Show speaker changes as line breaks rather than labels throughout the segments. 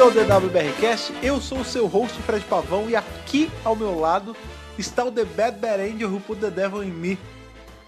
ao DWBRCast, eu sou o seu host Fred Pavão e aqui ao meu lado está o The Bad Bad Angel Who Put The Devil In Me,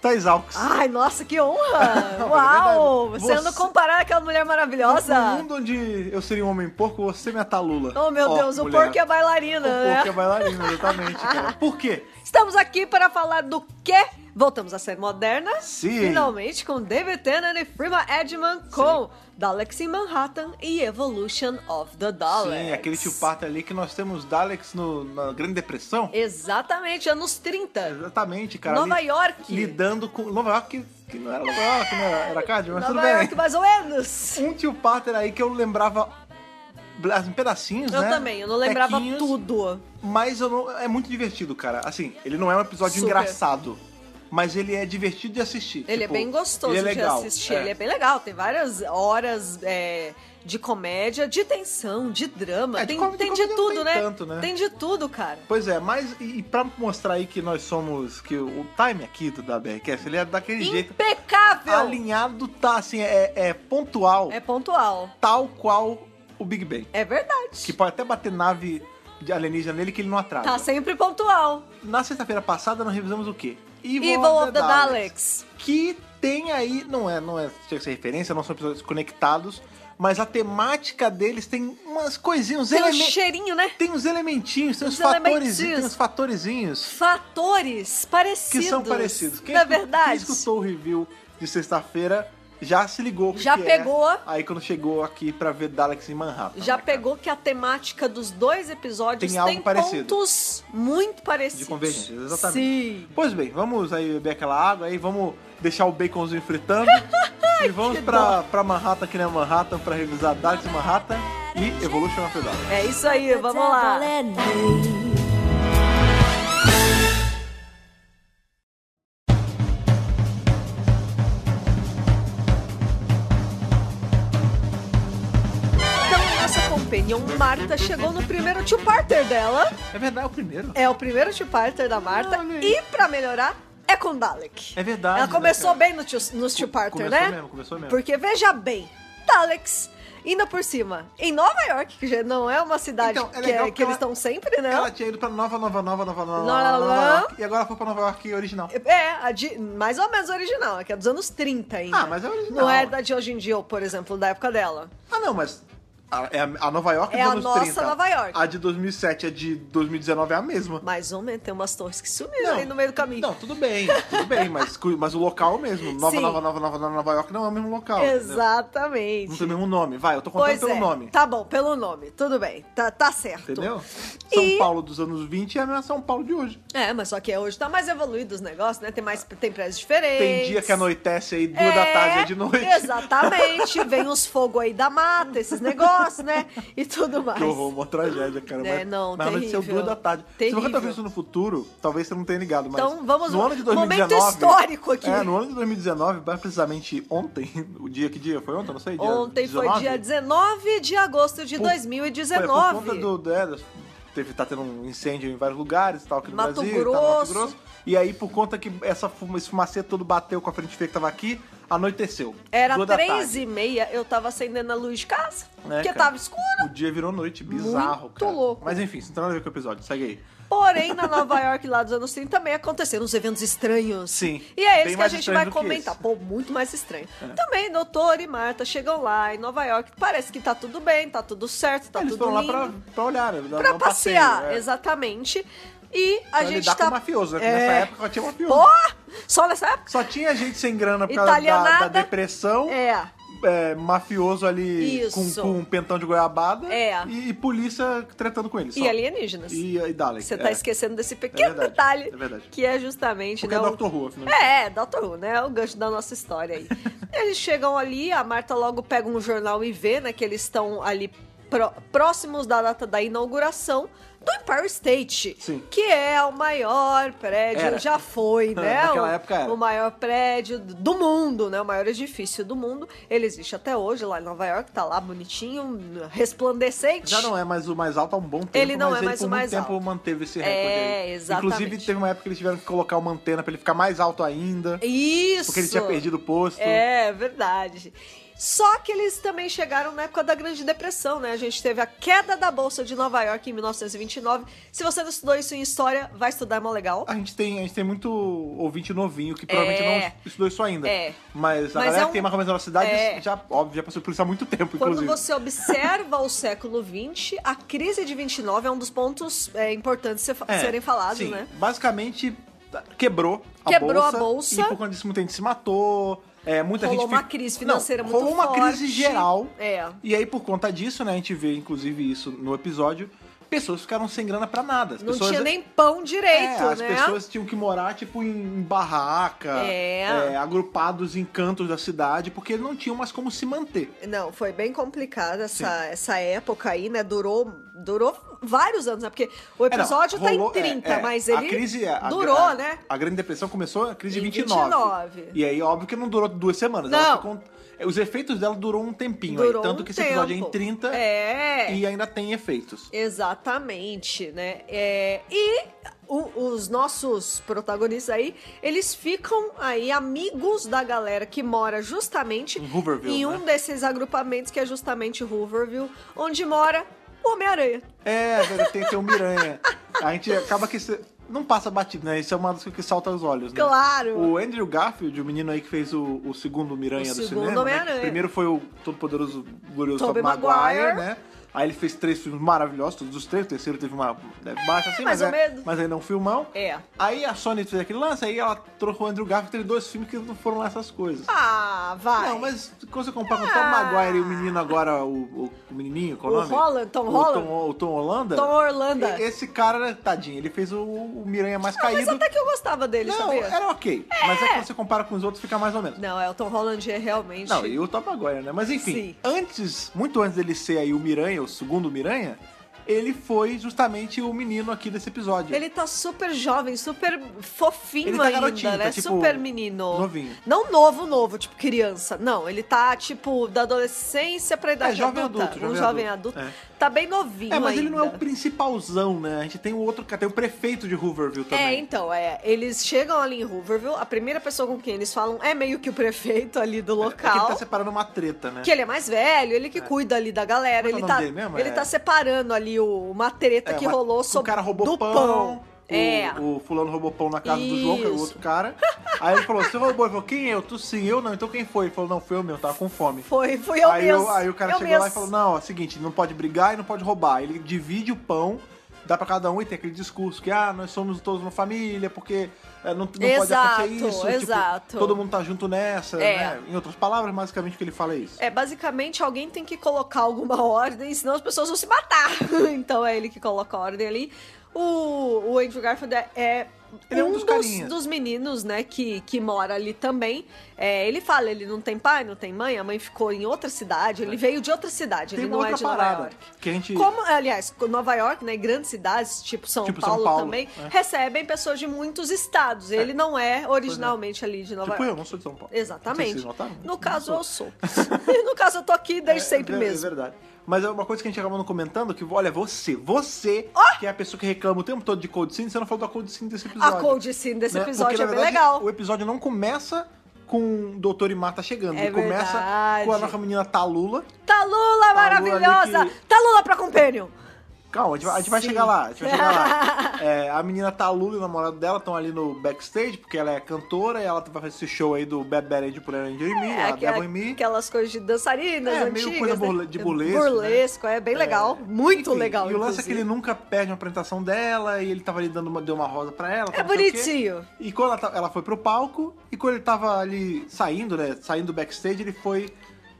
Thais Alves.
Ai, nossa, que honra! Uau!
é verdade.
Você não
Você-
comparar aquela mulher
No
maravilhosa?
mundo onde eu seria um homem porco, você me atalula.
Oh, meu
Ó,
Deus, o
mulher.
porco é bailarina,
O
né?
porco é bailarino, exatamente, cara. Por quê?
Estamos aqui para falar do quê? Voltamos a ser moderna?
Sim.
Finalmente com David Tennant e Prima Edman com Daleks in Manhattan e Evolution of the Daleks.
Sim, aquele tio Pato ali que nós temos Daleks no- na Grande Depressão.
Exatamente, anos 30.
Exatamente, cara.
Nova
ali-
York.
Lidando com. Nova York, que, que não era Nova York, né? Era Cádiz, mas tudo
Nova
bem.
York, mais ou menos.
um tio Pater aí que eu lembrava assim, pedacinhos,
Eu
né?
também, eu não lembrava
Tequinhos,
tudo.
Mas eu não, é muito divertido, cara. Assim, ele não é um episódio
Super.
engraçado, mas ele é divertido de assistir.
Ele é
Tipo,
bem gostoso
ele é legal,
de assistir. Ele é bem legal. Tem várias horas é, de comédia, de tensão, de drama.
É, de
tem
com- de
tem de
comédia não
tudo,
tem
né?
tanto, né?
Tem de tudo, cara.
Pois é, mas e, e pra mostrar aí que nós somos, que o time aqui do da BRQS, ele é daquele jeito.
Impecável!
Alinhado tá, assim, é, é pontual,
É pontual.
tal qual o Big Bang.
É verdade.
Que pode até bater nave de alienígena nele que ele não atrasa.
Tá sempre pontual.
Na sexta-feira passada nós revisamos o quê?
Evil, of the Daleks.
que tem aí, não é, não é, tinha que ser referência, não são episódios conectados, mas a temática deles tem umas coisinhas, uns
Tem um
elemen-
cheirinho, né?
tem uns elementinhos, tem uns,
Uns
fatores,
elementinhos.
tem uns fatorezinhos
Fatores
que
parecidos.
são parecidos. Quem,
Na
escu-
verdade.
quem escutou o review de sexta-feira já se ligou. o
Já
que
pegou.
É. Aí quando chegou aqui pra ver Daleks em Manhattan.
Já
né, cara?
pegou que a temática dos dois episódios
Tem algo parecido.
pontos muito
De
parecidos.
convergência, exatamente.
Sim.
Pois bem, vamos aí beber aquela água aí, vamos deixar o baconzinho fritando. e vamos
Que
pra, pra Manhattan, que não é Manhattan, pra revisar Dark Manhattan e Evolution of the Dark.
É isso aí, vamos lá. Então, nossa companion Marta chegou no primeiro two-parter dela.
É verdade, é o primeiro.
É o primeiro two-parter da Marta.
Olha aí.
E pra melhorar, é com Dalek.
É verdade,
Ela
né,
começou
cara?
bem no two- nos two-parter,
começou
né?
mesmo, começou mesmo.
Porque veja bem, Daleks. Ainda por cima, em Nova York, que já não é uma cidade
Então, é
que,
legal
é-
que
que eles
ela-
estão sempre, né?
Ela tinha ido pra Nova, Nova, Nova, Nova, Nova,
Lá,
Nova,
lá,
Nova
lá.
York. E agora foi pra Nova York original.
É, a de- mais ou menos original, é que é dos anos 30 ainda.
Ah, mas é original.
Não é da de hoje em dia, ou, por exemplo, da época dela.
Ah, não, mas... a- É a a Nova York
É
dos
a
anos
nossa
30.
Nova York.
A de 2007 e a de 2019 é a mesma.
Mais ou menos, tem umas torres que sumiram aí no meio do caminho.
Não, tudo bem, tudo bem, mas, cu- mas o local é o mesmo. Nova,
Sim.
Nova, Nova, Nova, Nova, Nova York não é o mesmo local. entendeu?
Exatamente.
Não tem o mesmo nome. Vai, eu tô contando pelo
é.
nome.
Tá bom, pelo nome. Tudo bem. Tá, tá certo.
Entendeu?
E-
São Paulo dos anos 20 é a mesma São Paulo de hoje.
É, mas só que hoje tá mais evoluído os negócios, né? Tem mais tem prédios diferentes.
Tem dia que anoitece aí duas
É,
da tarde é de noite.
Exatamente. Vem os fogos aí da mata, esses negócios, né? E tudo mais.
Que horror, uma tragédia, cara.
É,
mas,
não,
mas anoiteceu
terrível.
duas da tarde. Se você tá vendo
Terrível.
isso no futuro, talvez você não tenha ligado, mas
Então, vamos-
no ano de
momento
2019...
histórico aqui.
É, no ano de 2019, mais precisamente ontem, o dia, que dia foi ontem? Não sei, um dia
Ontem
19?
foi dia 19 de agosto de
Por- Foi,
2019.
Por conta do, é, teve, tá tendo um incêndio em vários lugares, tal, aqui no
Mato
Brasil, tá no
Grosso.
Mato Grosso. E aí, por conta que essa fuma, esse fumacê todo bateu com a frente feia que tava aqui, anoiteceu.
Era
Duas da
três
tarde.
e meia, eu tava acendendo a luz de casa,
É,
porque
cara.
tava escuro.
O dia virou noite, bizarro,
Muito
cara.
louco.
Mas enfim, isso não tem nada a ver com o episódio, segue aí.
Porém, na Nova York, lá dos anos 30, também aconteceram uns eventos estranhos.
Sim.
E é
Bem
eles que a
mais
gente
estranho
vai
do que
comentar.
esse. É.
Pô, muito mais estranho. Também, doutor e Marta chegam lá em Nova York. Parece que tá tudo bem, tá tudo certo, tá
Eles
tudo
foram
lindo.
lá pra, pra olhar, né? dar
pra
um passeio,
passear,
é.
exatamente. E a
Pra
gente
lidar
tá.
com o mafioso, né? Porque
É.
Nessa época só tinha um mafioso.
Pô! Só nessa época?
Só tinha gente sem grana por causa da- da,
Italianada.
depressão.
É.
é, mafioso ali
Isso.
com, com um pentão de goiabada
É.
e, e polícia tretando com ele. só.
E alienígenas.
E, e Dalek.
Você tá
é.
esquecendo desse pequeno
verdade,
detalhe.
é verdade.
Que é justamente,
Porque
né?
é
o-
Doctor Who, afinal.
É, Doctor Who, né? É o gancho da nossa história aí. eles chegam ali, a Marta logo pega um jornal e vê, né? Que eles estão ali pró- próximos da data da inauguração do Empire State.
Sim.
Que é o maior prédio,
Era.
já foi, né?
Naquela
o,
época era.
O maior prédio do mundo, né? O maior edifício do mundo. Ele existe até hoje lá em Nova York, tá lá bonitinho, resplandecente.
Já não é mais o mais alto há um bom tempo.
Ele não
mas
é
ele
mais
por
o
muito
mais
tempo
alto.
manteve esse
É,
recorde aí.
exatamente.
Inclusive, teve uma época que eles tiveram que colocar uma antena pra ele ficar mais alto ainda.
Isso!
Porque ele tinha perdido o posto.
É, verdade. Só que eles também chegaram na época da Grande Depressão, né? A gente teve a queda da Bolsa de Nova York em 1929. Se você não estudou isso em história, vai estudar, é mó legal.
A gente, tem, a gente tem muito ouvinte novinho que provavelmente
É.
não estudou isso ainda.
É.
Mas a
Mas
galera
é
que tem
um-
mais ou menos a nossa idade
É.
já, óbvio, já passou por isso há muito tempo,
Quando
inclusive.
você observa o século XX, a crise de 29 é um dos pontos é, importantes ser-
É,
serem falados,
sim.
né?
Basicamente, tá- quebrou a
Quebrou
bolsa.
a bolsa.
E por conta disso, muita gente se matou. É, muita
Rolou
gente
uma
fi-
crise financeira
Não,
muito
rolou uma
forte.
crise geral.
É.
E aí, por conta disso, né, a gente vê, inclusive, isso no episódio, pessoas ficaram sem grana pra nada. As
Não
pessoas...
tinha nem pão direito,
É, as
né?
pessoas tinham que morar, tipo, em barraca,
É.
agrupados em cantos da cidade, porque não tinham mais como se manter.
Não, foi bem complicada essa, essa época aí, né? Durou, durou vários anos, né? Porque o
É, não,
episódio
rolou-
tá em 30,
é, é,
mas
a
ele
crise- a-
durou,
a-
né?
A Grande Depressão começou a crise de
Em
29.
29.
E aí, óbvio que não durou duas semanas.
Não.
ela ficou- os efeitos dela durou um tempinho. aí,
Durou
tanto
um
que esse episódio é em
tempo.
30
É.
e ainda tem efeitos.
Exatamente, né? É, e o- os nossos protagonistas aí, eles ficam aí amigos da galera que mora justamente
Em Hooverville,
em um
né?
desses agrupamentos que é justamente Hooverville, onde mora o Homem-Aranha.
É, velho, tem, tem o Miranha. A gente acaba que... se- Não passa batido, né? Isso é uma das coisas que salta aos olhos, né?
Claro.
O Andrew Garfield, o menino aí que fez o, o segundo Miranha do
O segundo
cinema. Né?
Homem-Aranha.
O primeiro foi o Todo-Poderoso Glorioso
Tobey
Tobey Maguire,
Maguire.
né? Aí ele fez três filmes maravilhosos, todos os três. O terceiro teve uma é, baixa assim,
mais
mas,
ou
é,
menos.
mas ainda é um filmão.
É.
Aí a Sony fez aquele lance, aí ela trouxe o Andrew Garfield, teve dois filmes que não foram lá essas coisas.
Ah, vai.
Não, mas quando você compara com o Tom Maguire e o menino agora, o, o- o menininho, qual
O
nome?
Holland, Tom
o
Holland?
Tom, É, o Tom Holanda.
Tom Orlanda.
E- Esse cara, tadinho, ele fez o, o Miranha mais
Ah, mas
caído.
até que eu gostava dele,
Não,
sabia?
era ok. Mas é que quando você compara com os outros, fica mais ou menos.
Não, é, o Tom Holland é realmente...
Não, e o Top Maguire, né? Mas enfim,
Sim.
antes, muito antes dele ser aí o Miranha, o segundo Miranha, ele foi justamente o menino aqui desse episódio.
Ele tá super jovem, super fofinho
Ele tá
ainda,
garotinho,
né?
tá, tipo,
super menino.
novinho.
Não novo, novo, tipo criança. Não, ele tá, tipo, da adolescência pra idade
É, jovem
adulta.
adulto,
um
jovem
jovem adulto.
adulto.
Tá bem novinho
É, mas ele não é o
ainda.
principalzão, né? A gente tem o outro, cara, tem o prefeito de Hooverville
É,
também.
então, é. Eles chegam ali em Hooverville, a primeira pessoa com quem eles falam é meio que o prefeito ali do
Porque ele
local.
tá separando uma treta, né?
então, Que ele é mais velho, ele que cuida ali da
Como
galera.
é que
Ele,
é o
tá,
nome dele mesmo?
ele
É-
tá separando ali o- uma treta
É,
que
uma-
rolou
O
sobre
cara roubou
do
pão. O,
É.
o fulano roubou pão na casa do João, que era o
Isso.
outro cara. Aí ele falou: você roubou? Ele falou: quem é? eu? Tu sim, eu não. Então quem foi? Ele falou: não, foi eu mesmo, tava com fome.
Foi, foi eu
aí,
mesmo.
o- aí o cara
eu
chegou lá
mesmo.
e falou: Não, é o seguinte, não pode brigar e não pode roubar. Ele divide o pão, dá pra cada um e tem aquele discurso que, ah, nós somos todos uma família, porque é, não, não
Exato,
pode acontecer isso. tipo,
exato.
todo mundo tá junto nessa,
É.
né? Em outras palavras, basicamente o que ele fala é isso.
É, basicamente alguém tem que colocar alguma ordem, senão as pessoas vão se matar. então é ele que coloca a ordem ali. O, o Andrew Garfield é. é
Ele é um dos carinhas.
dos, dos meninos, né, que, que mora ali também. É, ele fala, ele não tem pai, não tem mãe, a mãe ficou em outra cidade, ele veio de outra cidade,
É. tem
ele
uma
não é
outra
de Nova
parada
York.
que a gente.
Como, aliás, Nova York, né, grandes cidades, tipo São,
Tipo São
Paulo,
Paulo,
também,
é.
recebem pessoas de muitos estados. Ele não é originalmente ali de Nova
Tipo
York.
eu, não sou de São Paulo.
Exatamente.
Não sei se vocês notaram.
No caso,
Não
eu sou. no caso, eu tô aqui desde sempre
é,
mesmo.
É verdade. Mas é uma coisa que a gente acaba não comentando, que, olha, você, você, que é a pessoa que reclama o tempo todo de Cold Scene, você não falou da Cold Scene desse
A
episódio.
cold scene desse
né?
episódio
Porque, na
é bem
verdade,
legal.
O episódio não começa com o Doutor e Mata chegando.
É
ele começa
verdade.
com a nossa menina Talula.
Tá Lula maravilhosa!
ali
Tá Lula pra Companion!
Calma, a gente, vai- a gente vai
Sim.
chegar lá. A gente vai chegar lá. É, a menina Talula e o namorado dela estão ali no backstage, porque ela é cantora e ela vai fazer esse show aí do Bad Bad Angel por Angel Me,
É,
ela
aquela-
Devil em Me.
aquelas coisas de dançarinas
É, meio
antigas.
coisa
né?
burle- de burlesco,
Burlesco, é bem legal. Muito
Enfim,
legal,
E o lance é que
inclusive.
ele nunca perde uma apresentação dela, e ele tava ali dando uma, deu uma rosa pra ela.
É
não sei o quê.
bonitinho.
E quando ela, ta- ela foi pro palco, e quando ele tava ali saindo, né? Saindo do backstage, ele foi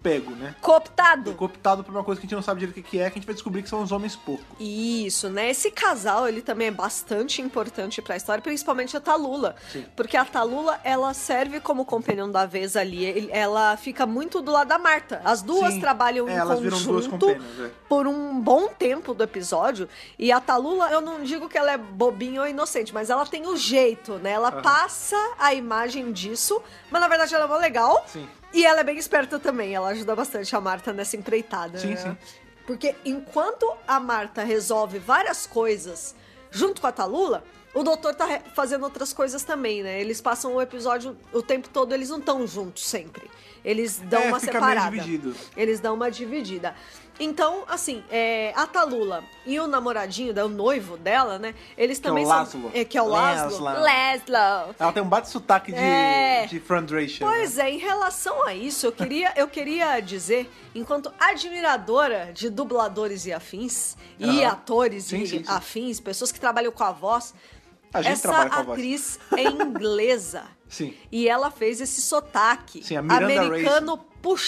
pego, né? Foi
Cooptado.
cooptado por uma coisa que a gente não sabe direito o que que é, que a gente vai descobrir que são os homens porco.
Isso, né? Esse casal, ele também é bastante importante pra história, principalmente a Talula.
Sim.
Porque a Talula, ela serve como companion da vez ali. Ele- Ela fica muito do lado da Marta. As duas
Sim,
trabalham
é,
em
elas viram duas
conjunto
companions, é.
por um bom tempo do episódio. E a Talula, eu não digo que ela é bobinha ou inocente, mas ela tem o jeito, né? Ela
Aham.
passa a imagem disso, mas na verdade ela é mó legal.
Sim.
E ela é bem esperta também, ela ajuda bastante a Marta nessa empreitada.
Sim,
né?
sim.
Porque enquanto a Marta resolve várias coisas junto com a Talula, o doutor tá re- fazendo outras coisas também, né? Eles passam o episódio o tempo todo, eles não estão juntos sempre. Eles dão
é,
uma
fica
separada.
meio dividido.
Eles dão uma dividida. Então, assim, é, a Talula e o namoradinho, da- o noivo dela, né? Eles
é o
também
Laszlo.
são. É, que é o Laszlo.
Laszlo.
Laszlo.
Ela tem um bate sotaque de,
É.
de né? Frandration.
Pois é, em relação a isso, eu queria, eu queria dizer, enquanto admiradora de dubladores e afins, e
Aham.
atores
Sim,
e
sim, sim.
afins, pessoas que trabalham com a voz,
A gente
essa
trabalha com a voz.
atriz é inglesa.
Sim.
E ela fez esse sotaque
Sim, a Miranda
americano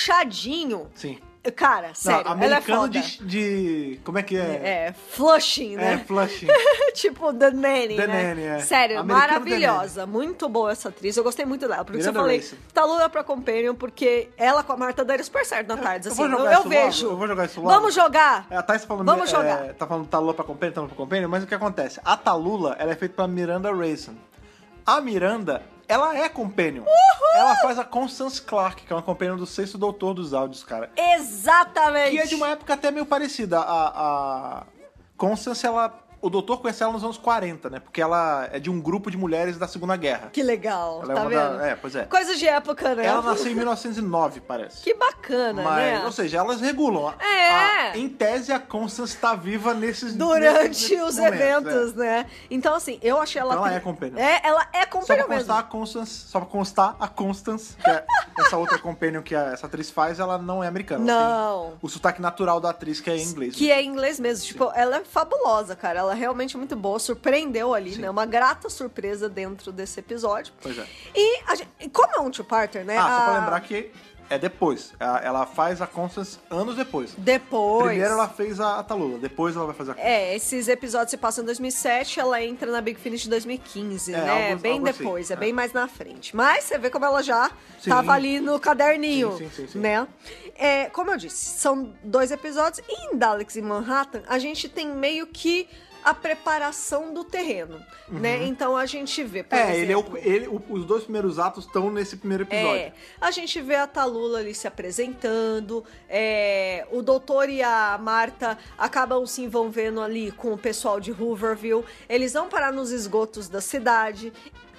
puxadinho.
Sim.
Cara, sério,
não,
ela é
americano
foda.
de, de- Como é que é?
É, flushing, né?
Flushing.
tipo The Nanny,
The
né?
Nanny, é.
Sério,
Americano
maravilhosa. Muito boa essa atriz. Eu gostei muito dela. Por isso eu
Miranda
falei,
Rice.
tá Lula pra Companion, porque ela com a Marta daria super certo na tarde.
eu
Assim,
vou
eu,
jogar
eu
isso
vejo.
logo, eu vou jogar isso logo.
Vamos jogar?
É, A Thais tá falando,
Vamos
é,
jogar.
tá falando Talula pra Companion, Talula pra Companion, mas o que acontece? A Talula, ela é feita pela Miranda Rayson. A Miranda, ela é Companion. Ela faz a Constance Clark, que é uma Companion do Sexto Doutor dos Áudios, cara.
Exatamente.
Que é de uma época até meio parecida. A, a Constance, ela... O Doutor conhece ela nos anos 40, né? Porque ela é de um grupo de mulheres da Segunda Guerra.
Que legal,
Ela é
tá
uma da-
vendo?
é, pois é.
Coisa de época, né?
Ela nasceu em 1909, parece.
Que bacana,
Mas,
né?
ou seja, elas regulam.
É.
A- em tese, a Constance tá viva nesses
Durante
nesses
os
momentos,
eventos,
é.
né? Então, assim, eu achei ela...
Então ela
tri-
é companion.
É, ela é
Só pra
companion mesmo.
constar a Constance, só pra constar a Constance, que é essa outra companion que a- essa atriz faz, ela não é americana. ela
Não.
tem O sotaque natural da atriz que é em inglês.
Que é em inglês mesmo. Tipo, ela é fabulosa, cara. Ela é realmente muito boa. Surpreendeu ali, né? Uma grata surpresa dentro desse episódio.
Pois é.
E a gente- e como é um two-parter, né?
Ah, só pra
a-
lembrar que é depois. A- Ela faz a Constance anos depois.
Depois.
Primeiro ela fez a Talula, depois ela vai fazer a Constance.
É, esses episódios se passam em 2007, ela entra na Big Finish em 2015,
É,
né?
algo-
bem
algo assim,
depois, é
é.
bem mais na frente. Mas você vê como ela já
Sim.
tava ali no caderninho,
Sim, sim, sim, sim.
né? É, como eu disse, são dois episódios. E em Daleks e Manhattan, a gente tem meio que a preparação do terreno, né? Então a gente vê, por
Uhum. É, ele é
exemplo...
o, ele, o- os dois primeiros atos estão nesse primeiro episódio.
É, a gente vê a Talula ali se apresentando, é, o doutor e a Marta acabam se envolvendo ali com o pessoal de Hooverville, eles vão parar nos esgotos da cidade.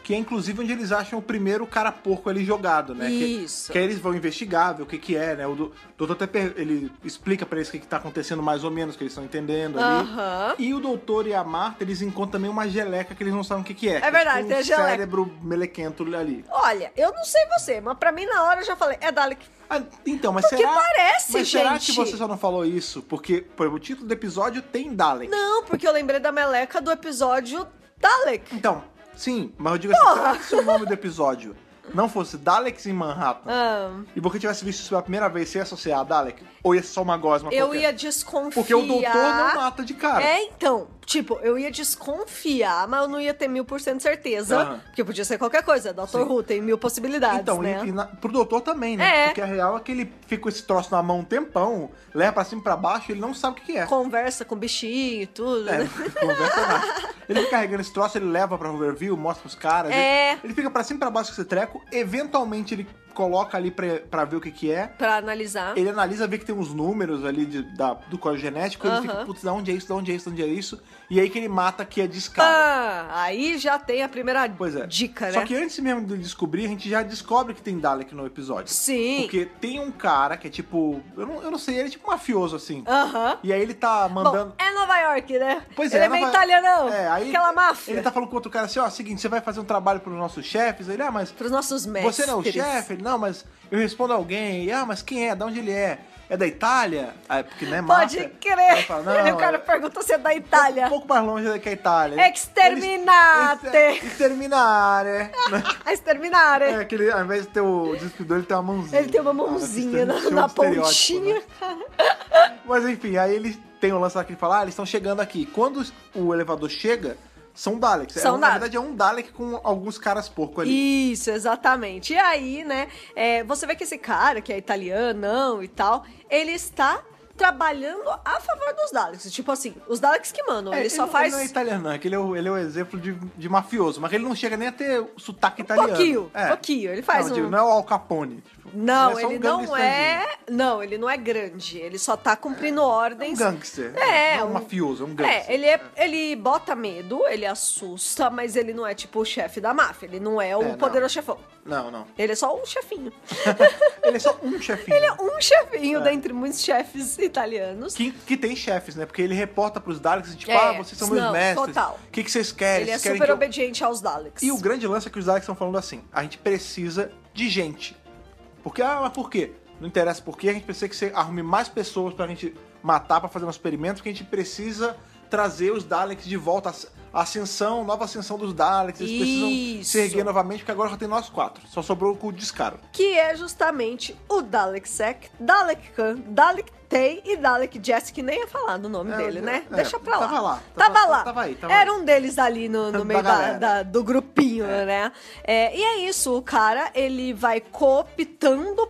Que é inclusive onde eles acham o primeiro cara porco ali jogado, né? Que-
Isso.
Que, aí eles vão investigar, ver o que que é, né? O do- doutor até per- ele explica pra eles o que, que tá acontecendo mais ou menos, que eles estão entendendo ali.
Aham.
E o doutor e a Marta, eles encontram também uma geleca que eles não sabem o que que é. que
verdade,
tipo
tem a
um
geleca.
cérebro melequento ali.
Olha, eu não sei você, mas pra mim na hora eu já falei, é Dalek.
Ah, então, mas
Porque
será...
parece,
mas será que
gente.
você só não falou isso? Porque, por exemplo, o título do episódio tem Dalek.
Não, porque eu lembrei da meleca do episódio Dalek.
Então, sim, mas eu digo assim, será que se o nome do episódio não fosse Daleks em Manhattan...
Ah,
E porque tivesse visto isso pela primeira vez, você ia associar a Dalek? Ou ia ser só uma gosma
eu
qualquer?
ia desconfiar.
Porque o doutor não mata de cara.
É, então, tipo, eu ia desconfiar, mas eu não ia ter mil por cento certeza.
Aham.
Porque podia ser qualquer coisa. Dr. Who tem mil possibilidades,
então, e-
né?
e, na- pro doutor também, né?
É.
Porque a real é que ele fica com esse troço na mão um tempão, leva pra cima e pra baixo, ele não sabe o que que é.
Conversa com o bichinho e tudo,
É,
né?
conversa nada. Ele fica carregando esse troço, ele leva pra Hooverville, mostra pros caras.
É.
Ele, ele fica pra cima e pra baixo com esse treco, eventualmente ele coloca ali pra, pra ver o que que é.
Pra analisar.
Ele analisa, vê que tem uns números ali de- da- do código genético, ele fica,
Aham.
putz, da onde é isso, da onde é isso, da onde é isso? E aí que ele mata que é descaro.
Pá, aí já tem a primeira
Pois é.
Ah, dica, né?
Só que antes mesmo de descobrir, a gente já descobre que tem Dalek no episódio.
Sim.
Porque tem um cara que é tipo. Eu não, eu não sei, ele é tipo mafioso assim.
Aham.
E aí ele tá mandando.
Ah. Bom, é Nova York, né?
Pois
Ele
é,
é meio
Nova-
italianão.
É, aí
Aquela máfia.
Ele tá falando com outro cara assim: ó, seguinte, você vai fazer um trabalho pros nossos chefes. Ele, ah, mas.
Pros nossos mestres.
Você não é o chefe? Ele, não, mas eu respondo a alguém. E, ah, mas quem é? De onde ele é? É da Itália? Ah, porque não é
Pode
máfia. Aí
crer.
ele fala, não,
o cara
é-
pergunta se é da
um
Itália.
pouco mais longe da que a Itália.
Exterminate.
Eles- Exterminare!
A exterminar,
É, aquele, ao invés de ter o descobridor, ele tem uma mãozinha.
Ele tem uma
Ah,
mãozinha
isso é um
na, na
estereótipo,
pontinha,
né?
cara.
Mas enfim, aí ele tem o lance lá que ele fala, ah, eles estão chegando aqui. Quando o elevador chega, são Daleks. é,
São
um- Na
Daleks.
verdade, é um Dalek com alguns caras porco ali.
Isso, exatamente. E aí, né, é, você vê que esse cara, que é italiano e tal, ele está trabalhando a favor dos Daleks. Tipo assim, os Daleks que mandam, ele, só
não,
faz.
Ele não é italiano, não. É que ele é o, ele é o exemplo de, de mafioso. Mas ele não chega nem a ter sotaque italiano.
Um pouquinho,
é.
pouquinho, ele faz
não,
um-
digo, não é o Al Capone. tipo,
Não,
é só um
ele não
gangsterzinho.
é. Não, ele não é grande. Ele só tá cumprindo
É um
ordens.
gangster.
É,
Não é um
um-
mafioso, é um gangster.
É, ele, é, ele bota medo, ele assusta, mas ele não é tipo o chefe da máfia, ele não é o
É, não.
poderoso chefão.
Não, não.
Ele é só um chefinho.
Ele é só um chefinho.
Ele é um chefinho
É.
dentre muitos chefes italianos.
Que, que tem chefes, né? Porque ele reporta pros Daleks, tipo,
É,
ah, vocês são meus
não,
mestres.
total.
O que, que vocês querem?
ele é
Vocês querem
super
que eu-
obediente aos Daleks.
E o grande lance é que os Daleks estão falando assim: a gente precisa de gente. Porque, ah, mas por quê? Não interessa por quê, a gente precisa que você arrume mais pessoas pra gente matar, pra fazer um experimento, porque a gente precisa trazer os Daleks de volta. A as- a ascensão, nova ascensão dos Daleks, eles precisam
Isso.
se erguer novamente, porque agora só tem nós quatro. Só sobrou com o descaro.
Que é justamente o Dalek Sec, Dalek Khan, Dalek Tay e Dalek Jess, que nem ia falar do nome
É,
dele, né?
é,
Deixa pra lá.
tava lá,
Tava,
tava-
lá.
tava aí, tava
Era
aí.
um deles ali no, no
Da
meio da,
galera.
da- do grupinho, né? É, e é isso, o cara, ele vai cooptando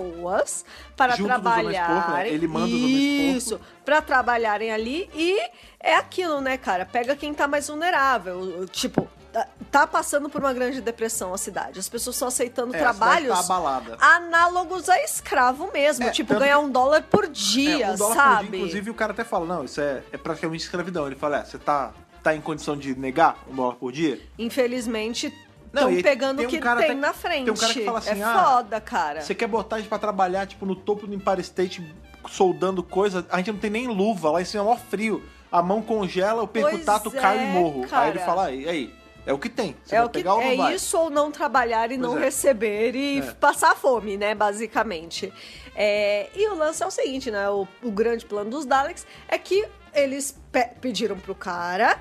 pessoas para
Junto dos homens
trabalharem.
porco, né? Ele manda os homens porco.
Isso, para trabalharem ali e é aquilo, né, cara? Pega quem tá mais vulnerável, tipo... tá- Tá passando por uma grande depressão a cidade. As pessoas estão aceitando
É, a
trabalhos
cidade tá abalada.
análogos a escravo mesmo.
É,
tipo,
tanto
ganhar
que-
um dólar por dia,
É, um dólar por
sabe?
dia, inclusive, o cara até fala, não, isso é, é praticamente escravidão. Ele fala, é, você tá, tá em condição de negar um dólar por dia?
Infelizmente,
Não, e
estão
aí
pegando
tem
o
um
que
cara
tem
até-
na frente.
tem um cara que fala assim,
é
ah,
foda, cara.
Você quer botar a gente pra trabalhar, tipo, no topo do Empire State, soldando coisa, a gente não tem nem luva, lá em cima é mó frio. A mão congela, eu perco
Pois
o tato,
é,
caio e morro.
cara.
Aí ele fala, aí, aí, é o que tem. Você
é
vai
o que
pegar ou não
é
vai?
isso ou não trabalhar e não
é.
receber e
É.
passar fome, né? Basicamente. É, e o lance é o seguinte, né? O, o grande plano dos Daleks é que eles pe pediram pro cara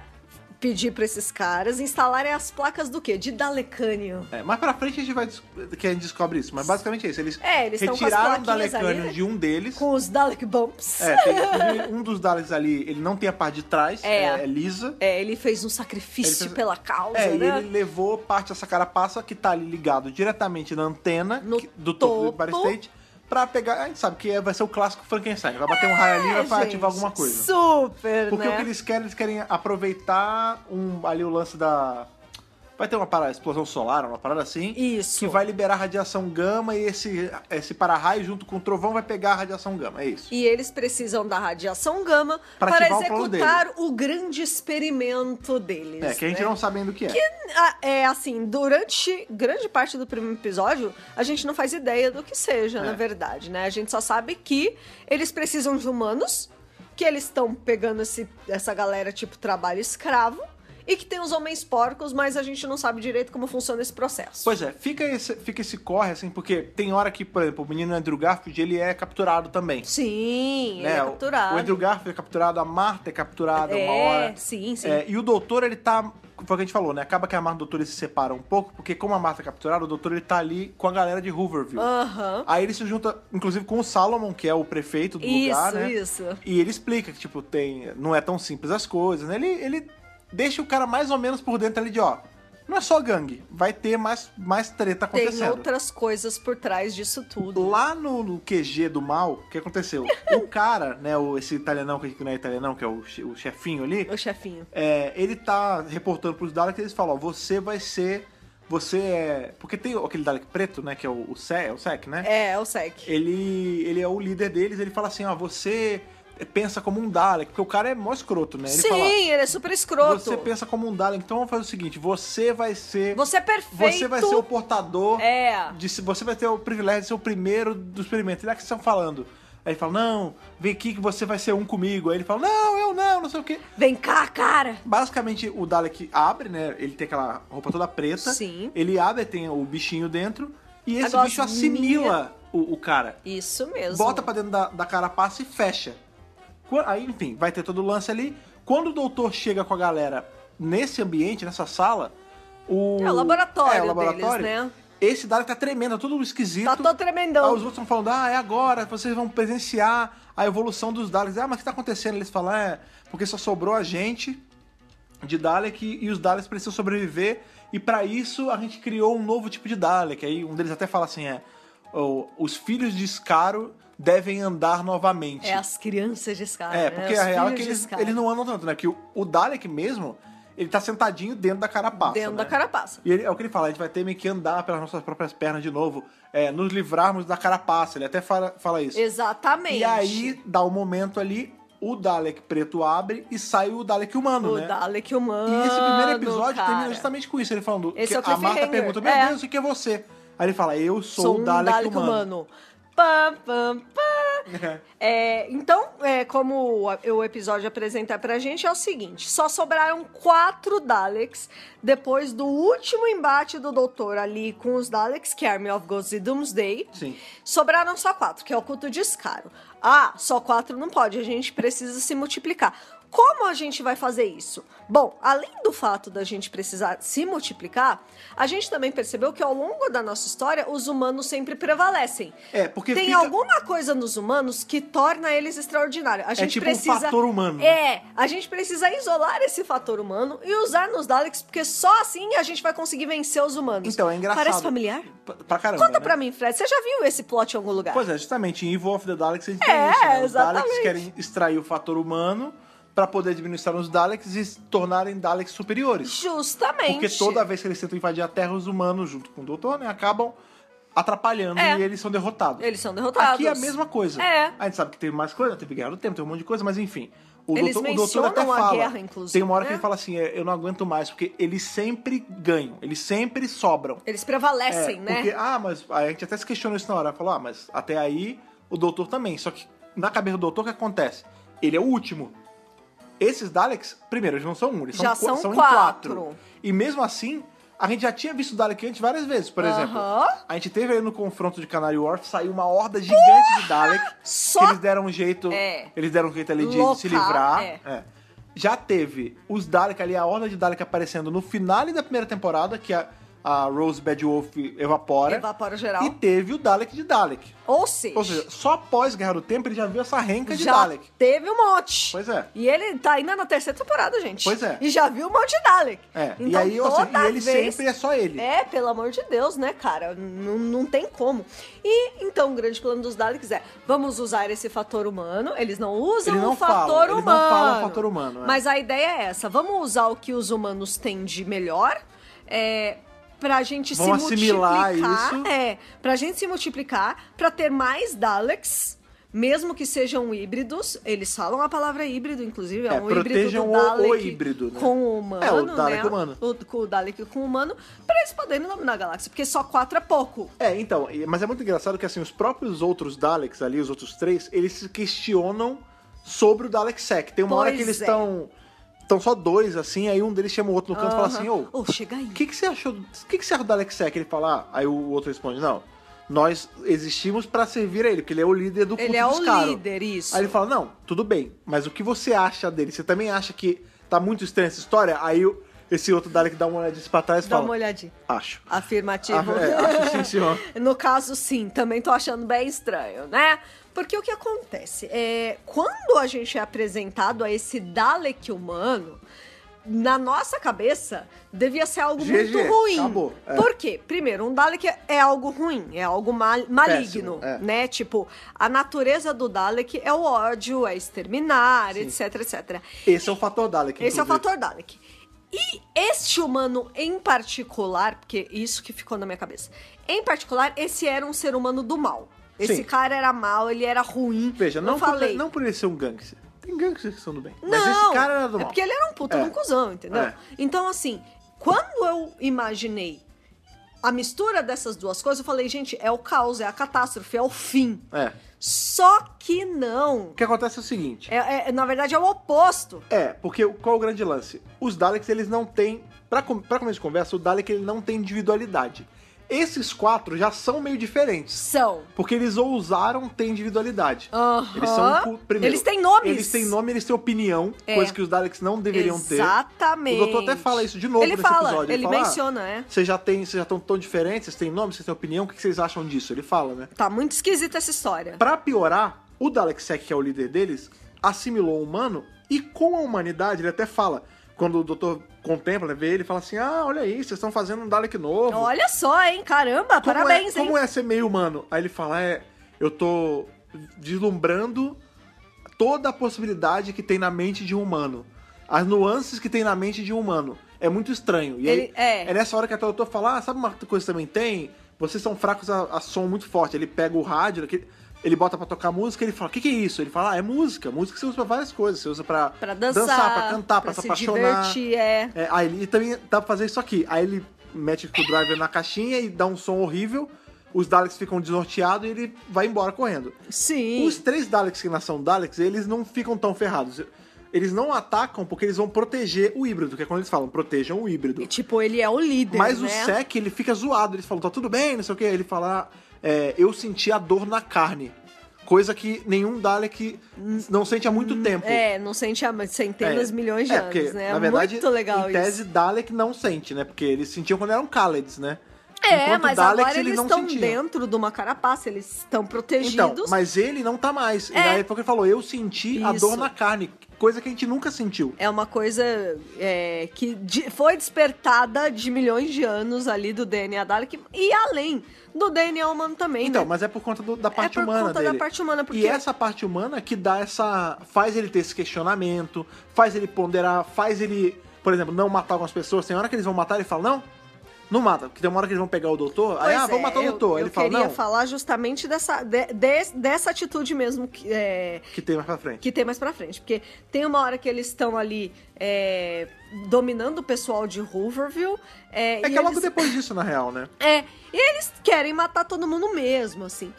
pedir pra esses caras instalarem as placas do quê? De Dalekânio.
É, mais pra frente a gente vai des- que a gente descobre isso. Mas basicamente é isso. Eles,
É, eles estão com as
retiraram o
plaquinhas ali,
Dalekânio
né?
de um deles.
Com os Dalek Bumps.
É, tem, inclusive, um dos Daleks ali, ele não tem a parte de trás,
É.
é, é lisa.
É, ele fez um sacrifício
Ele fez-
pela causa,
É, e
né?
ele levou parte dessa carapaça que tá ali ligado diretamente na antena
No
que- do topo, do
topo.
Empire State pra pegar. A gente sabe que é- vai ser o clássico Frankenstein. Vai bater um raio ali e
É,
vai pra
gente,
ativar alguma coisa.
Super,
Porque
né?
o que eles querem, eles querem aproveitar um, ali o lance da. Vai ter uma parada, explosão solar, uma parada assim.
Isso.
Que vai liberar radiação gama e esse, esse para-raio junto com o trovão vai pegar a radiação gama. É isso.
E eles precisam da radiação gama
Pra
para
ativar o plano
executar o, grande experimento deles.
é, que a gente
né?
não sabe ainda o que é.
Ah, É assim, durante grande parte do primeiro episódio, a gente não faz ideia do que seja,
É.
na verdade, né? A gente só sabe que eles precisam de humanos, que eles estão pegando esse- essa galera tipo trabalho escravo, e que tem os homens porcos, mas a gente não sabe direito como funciona esse processo.
Pois é, fica esse, fica esse corre, assim, porque tem hora que, por exemplo, o menino Andrew Garfield, ele é capturado também.
Sim, ele
né?
é
O-
capturado.
O Andrew Garfield é capturado, a Marta é capturada uma hora.
É, sim, sim.
É, e o doutor, ele tá. Foi o que a gente falou, né? Acaba que a Marta e o doutor eles se separam um pouco, porque como a Marta é capturada, o doutor ele tá ali com a galera de Hooverville.
Aham.
Aí ele se junta, inclusive, com o Salomon, que é o prefeito do
Isso,
lugar, né?
isso.
E ele explica que, tipo, tem. Não é tão simples as coisas, né? Ele, ele deixa o cara mais ou menos por dentro ali de, ó. Não é só gangue, vai ter mais, mais treta acontecendo.
Tem outras coisas por trás disso tudo.
Lá no, no QG do mal, o que aconteceu? O cara, né, o, esse italianão que não é italianão, que é o, che- o chefinho ali,
O chefinho.
é, ele tá reportando pros Daleks e eles falam, ó, você vai ser. Você é. Porque tem aquele Dalek preto, né? Que é o, o, Se- é o Sec, né?
É, é o SEC.
Ele, ele é o líder deles, ele fala assim, ó, você pensa como um Dalek, porque o cara é mó escroto, né? Ele
Sim,
fala,
ele é super escroto.
você pensa como um Dalek, então vamos fazer o seguinte, você vai ser.
Você é perfeito.
Você vai ser o portador.
É.
de se- você vai ter o privilégio de ser o primeiro do experimento. E lá que estão falando. Aí ele fala: Não, vem aqui que você vai ser um comigo. Aí ele fala: Não, eu não, não sei o quê.
Vem cá, cara.
Basicamente, o Dalek abre, né? Ele tem aquela roupa toda preta.
Sim.
Ele abre, tem o bichinho dentro. E esse
Agora,
bicho assimila o, o cara.
Isso mesmo.
Bota pra dentro da, da carapaça e fecha. Qua- Aí, enfim, vai ter todo o lance ali. Quando o doutor chega com a galera nesse ambiente, nessa sala, o.
É o laboratório
o
deles, né?
Esse Dalek tá tremendo, tá tudo esquisito.
Tá todo
Aí
tremendão.
os outros estão falando, ah, é agora, vocês vão presenciar a evolução dos Daleks. Ah, mas o que tá acontecendo? Eles falam, é, porque só sobrou a gente de Dalek e os Daleks precisam sobreviver. E pra isso a gente criou um novo tipo de Dalek. Aí um deles até fala assim, é, ou, os filhos de Scaro devem andar novamente.
É as crianças de Scar.
É,
né?
porque
Os
a real é
filhos
que
de
eles,
Scar.
eles não andam tanto, né? Que o, o Dalek mesmo, ele tá sentadinho dentro da carapaça.
Dentro
né?
da carapaça.
E ele- é o que ele fala, a gente vai ter meio que andar pelas nossas próprias pernas de novo, é, nos livrarmos da carapaça. Ele até fala, fala isso.
Exatamente.
E aí, dá um momento ali, o Dalek preto abre e sai o Dalek humano,
O
né?
Dalek humano.
E esse primeiro episódio
cara.
termina justamente com isso, ele falando.
Esse
que
é o
a Marta
cliffhanger.
pergunta, meu
É.
Deus, o que é você? Aí ele fala, eu sou,
Sou
o
um
Dalek,
Dalek
humano.
humano. Pam, pam, pam. É, então, é, como a- o episódio apresenta pra gente, é o seguinte: só sobraram quatro Daleks depois do último embate do doutor ali com os Daleks, que é Army of Ghosts e Doomsday.
Sim.
Sobraram só quatro, que é o culto descaro. Ah, só quatro não pode, a gente precisa se multiplicar. Como a gente vai fazer isso? Bom, além do fato da gente precisar se multiplicar, a gente também percebeu que ao longo da nossa história os humanos sempre prevalecem.
É, porque
Tem
fica-
alguma coisa nos humanos que torna eles extraordinários. A gente
tipo um
precisa...
fator humano, né?
É, a gente precisa isolar esse fator humano e usar nos Daleks, porque só assim a gente vai conseguir vencer os humanos.
Então, é engraçado.
Parece familiar?
Pra, pra caramba.
Conta
né?
pra mim, Fred, você já viu esse plot em algum lugar?
Pois é, justamente em Evil of the Daleks a gente
Tá.
tem
É,
isso, né? Os
exatamente.
Daleks querem extrair o fator humano pra poder administrar os Daleks e se tornarem Daleks superiores.
Justamente.
é. Porque toda vez que eles tentam invadir a Terra, os humanos, junto com o Doutor, né, acabam atrapalhando
É.
e eles são derrotados.
Eles são derrotados.
Aqui é a mesma coisa.
É.
A gente sabe que teve mais coisa, teve Guerra do Tempo, teve um monte de coisa, mas enfim. O
Eles
doutor, o doutor
mencionam
até
a
fala.
guerra, inclusive,
tem uma hora que
né?
ele fala assim: é, eu não aguento mais, porque eles sempre ganham, eles sempre sobram.
Eles
É,
prevalecem, né?
Porque, ah, mas a gente até se questionou isso na hora. Falou, ah, mas até aí o doutor também. Só que na cabeça do doutor, o que acontece? Ele é o último. Esses Daleks, primeiro, eles não são um, eles
Já
são, qu-
são
em
quatro.
E mesmo assim, a gente já tinha visto Dalek antes várias vezes, por exemplo.
Aham.
A gente teve aí no confronto de Canary Wharf, saiu uma horda gigante de Dalek.
Só-
Que eles deram um jeito.
É.
Eles deram um jeito ali de
Local,
se livrar.
é.
É. Já teve os Dalek ali, a horda de Dalek aparecendo no finale da primeira temporada, que a, a Rose Bad Wolf evapora.
Evapora geral.
E teve o Dalek de Dalek.
Ou seja,
Ou seja, só após Guerra do Tempo ele já viu essa renca de
já
Dalek.
teve um monte.
Pois é.
E ele tá ainda na terceira temporada, gente.
Pois é.
E já viu um monte de Dalek.
É.
Então,
e aí, ou seja,
toda
e ele
vez...
sempre é só ele.
É, pelo amor de Deus, né, cara? Não, não tem como. E então o grande plano dos Daleks é: vamos usar esse fator humano. Eles não usam
Eles não
o fator
falam,
humano.
eles não falam fator humano, é.
Mas a ideia é essa: vamos usar o que os humanos têm de melhor. É. Pra gente
Vão
se
assimilar
multiplicar.
isso.
É, pra gente se multiplicar, pra ter mais Daleks, mesmo que sejam híbridos. Eles falam a palavra híbrido, inclusive, é,
É,
um híbrido
protejam
do
o- o
Dalek
híbrido, né?
com o humano,
É, o Dalek
né?
humano.
o, com o Dalek com o humano, pra eles poderem dominar a galáxia, porque só quatro é pouco.
É, então, e- mas é muito engraçado que assim, os próprios outros Daleks ali, os outros três, eles se questionam sobre o Dalek Sec. Tem uma hora
Pois
que eles
é.
estão. Estão só dois, assim, aí um deles chama o outro no canto e fala assim, ô,
Ô, chega aí.
o que, que você achou? do- O que, que você acha do Dalek Sec? Ele fala, ah, aí o outro responde, não. Nós existimos pra servir a ele, porque ele é o líder do culto
Ele é o
dos caras."
líder, isso.
Aí ele fala, não, tudo bem, mas o que você acha dele? Você também acha que tá muito estranha essa história? Aí o- esse outro Dalek dá uma olhadinha assim pra trás e
Dá
fala,
uma Tipo. olhadinha.
acho.
Afirmativo.
Ah, é, acho sim, senhor.
No caso, sim, também tô achando bem estranho, né? Porque o que acontece? É, quando a gente é apresentado a esse Dalek humano, na nossa cabeça, devia ser algo
GG,
muito ruim.
acabou, é.
Por quê? Primeiro, um Dalek é algo ruim, é algo mal- maligno,
Péssimo, é.
né? Tipo, a natureza do Dalek é o ódio, é exterminar, etc, etc.
Esse é o fator Dalek.
Esse é o
inclusive.
fator Dalek. E este humano em particular, porque isso que ficou na minha cabeça. Em particular, esse era um ser humano do mal. Esse
Sim.
cara era mal, ele era ruim.
Veja, não,
falei.
Por, não por ele ser um gangster. Tem gangsters que são do bem. mas
Não,
esse cara era do
É
mal.
porque ele era um puta
É.
de um cuzão, entendeu?
É.
Então, assim, quando eu imaginei a mistura dessas duas coisas, eu falei, gente, é o caos, é a catástrofe, é o fim.
É.
Só que não.
O que acontece é o seguinte.
É- é- na verdade, é o oposto.
É, porque o- qual é o grande lance? Os Daleks, eles não têm... Pra, com- pra começo de conversa, o Dalek ele não tem individualidade. Esses quatro já são meio diferentes.
São.
Porque eles ousaram ter individualidade.
Aham.
Eles são... cu- Primeiro,
Eles têm nomes.
Eles têm nome, eles têm opinião.
É.
Coisa que os Daleks não deveriam ter.
Exatamente.
O doutor até fala isso de novo
Ele
nesse
fala,
episódio.
Ele
fala, "Ah,
menciona, é.
Vocês já têm, vocês já estão tão diferentes, vocês têm nome, vocês têm opinião, o que que vocês acham disso? Ele fala, né?
Tá muito esquisita essa história.
Pra piorar, o Dalek Sec, que é o líder deles, assimilou o humano e com a humanidade, ele até fala, quando o Dr. contempla, vê ele e fala assim: Ah, olha aí, vocês estão fazendo um Dalek novo.
Olha só, hein? Caramba,
Como
parabéns,
é,
hein?
Como é ser meio humano? Aí ele fala: É, eu tô deslumbrando toda a possibilidade que tem na mente de um humano. As nuances que tem na mente de um humano. É muito estranho. E
Ele-
aí,
é.
nessa hora que a doutor fala: Ah, sabe uma coisa que também tem? Vocês são fracos a, a som muito forte. Ele pega o rádio, que- ele bota pra tocar música, ele fala: O que, que é isso? Ele fala: Ah, é música. Música você usa pra várias coisas. Você usa pra,
Pra dançar,
pra cantar, pra, se apaixonar.
divertir, é.
É, aí ele e também dá pra fazer isso aqui. Aí ele mete o driver na caixinha e dá um som horrível. Os Daleks ficam desnorteados e ele vai embora correndo.
Sim.
Os três Daleks que não são Daleks, eles não ficam tão ferrados. Eles não atacam porque eles vão proteger o híbrido, que é quando eles falam, protejam o híbrido.
E, tipo, ele é o líder,
Mas
né?
o Sec, ele fica zoado. Eles falam, tá tudo bem, não sei o que. Ele fala, é, eu senti a dor na carne. Coisa que nenhum Dalek não sente há muito tempo.
É, não sente há centenas,
É.
milhões de
É,
anos,
porque,
né? É
Na verdade,
Muito legal
em
isso.
tese, Dalek não sente, né? Porque eles sentiam quando eram Khaleds, né?
É,
Enquanto
mas
Daleks,
agora eles
não
estão
sentiam.
dentro de uma carapaça, eles estão protegidos.
Então, mas ele não tá mais. E
É.
aí foi o que ele falou, eu senti a
Isso.
dor na carne, coisa que a gente nunca sentiu.
É uma coisa é, que de- foi despertada de milhões de anos ali do DNA Dalek e além do DNA humano também,
Então,
né?
mas é por conta do- da parte
por
humana
conta da
dele.
parte humana, porque-
E essa parte humana que dá essa... Faz ele ter esse questionamento, faz ele ponderar, faz ele, por exemplo, não matar algumas pessoas. Tem hora que eles vão matar, ele fala, não, não mata. Porque tem uma hora que eles vão pegar o doutor, aí,
Pois
ah, vamos
é,
matar o
eu-
doutor.
Eu,
ele fala,
queria
não,
falar justamente dessa, de- de- dessa atitude mesmo que, é,
que tem mais pra frente.
que tem mais pra frente. Porque tem uma hora que eles estão ali é, dominando o pessoal de Hooverville. É,
É
e
que é logo
eles-
depois disso, na real, né?
É, e eles querem matar todo mundo mesmo, assim.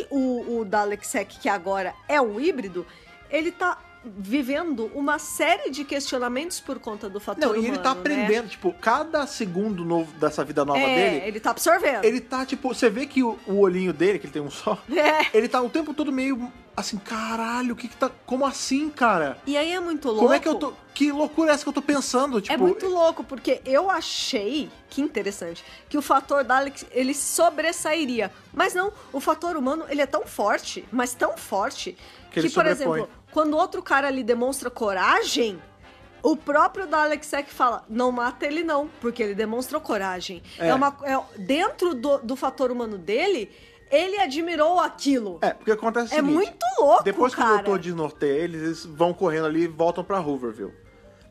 E o, o Dalek Sec, que agora é um híbrido, ele tá vivendo uma série de questionamentos por conta do fator
Não, e ele tá
humano, né?
aprendendo, tipo, cada segundo novo dessa vida nova
É,
dele,
ele tá absorvendo.
ele tá, tipo, você vê que o, o olhinho dele, que ele tem um só,
É.
ele tá o tempo todo meio assim, caralho, o que que tá. Como assim, cara?
E aí é muito louco.
Como é que eu tô. Que loucura é essa que eu tô pensando? Tipo,
É muito louco, porque eu achei, que interessante, que o fator Dalek, ele sobressairia. Mas não, o fator humano, ele é tão forte, mas tão forte,
Que
que,
ele
por
sobrepõe.
exemplo, quando outro cara ali demonstra coragem, o próprio Dalek Sec fala, não mata ele não, porque ele demonstrou coragem.
É.
É, uma, é- dentro do, do fator humano dele, ele admirou aquilo.
É, porque acontece o
É
seguinte,
muito louco,
Depois que o
cara.
doutor desnorteia eles, eles vão correndo ali e voltam pra Hooverville.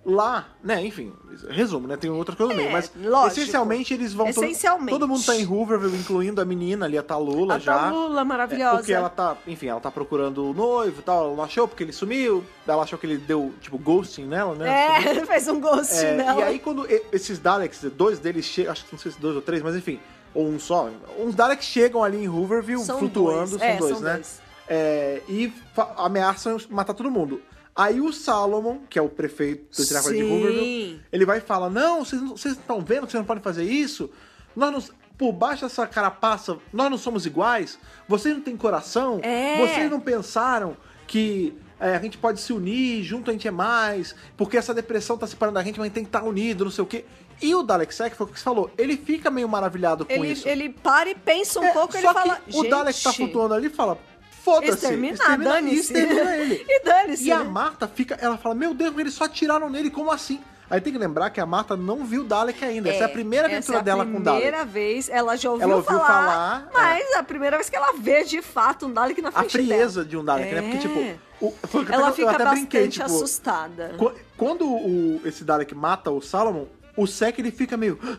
Lá, né, enfim, resumo, né? Tem outra coisa no meio, mas
É, lógico.
essencialmente eles vão. todo-
Essencialmente.
Todo, mundo tá em Hooverville, incluindo a menina ali, a Talula
A
já. é,
Talula maravilhosa.
porque ela tá, enfim, ela tá procurando o noivo e tal, ela não achou porque ele sumiu, ela achou que ele deu, tipo, ghosting nela, né?
É, ele fez um ghost
É,
nela.
E aí quando e- esses Daleks, dois deles chegam, acho que não sei se dois ou três, mas enfim, ou um só, uns Daleks chegam ali em Hooverville,
São
flutuando,
dois.
são
É,
dois,
são
né?
dois.
É, e fa- ameaçam matar todo mundo. Aí o Salomon, que é o prefeito do Tiracola de
Sim.
Hooverville, ele vai e fala, não, vocês não vocês não estão vendo que vocês não podem fazer isso? Nós não, por baixo dessa carapaça, nós não somos iguais? Vocês não têm coração?
É.
Vocês não pensaram que é, a gente pode se unir, junto a gente é mais, porque essa depressão tá separando a gente, mas a gente tem que estar unido, não sei o quê. E o Dalek Sec, foi o que você falou, ele fica meio maravilhado com
Ele,
isso.
ele para e pensa um
É,
pouco, ele
só
fala.
que o Dalek tá
"Gente,
flutuando ali e fala, foda-se,
Exterminar,
e
dane-se.
extermina ele.
E dane-se.
E a
né?
Marta fica, ela fala, meu Deus, eles só atiraram nele, como assim? Aí tem que lembrar que a Marta não viu Dalek ainda, essa é a primeira
essa
aventura
é a
dela com Dalek.
primeira vez, ela já ouviu,
Ela ouviu falar,
falar, mas é a primeira vez que ela vê de fato um Dalek na
A
frente
frieza de um Dalek, né?
É.
Porque, tipo, o- foi o que eu-
dela. Ela
eu
fica
até
bastante
brinquei, tipo,
assustada.
qu- quando o, esse Dalek mata o Salomon, o Sek ele fica meio, "Ah,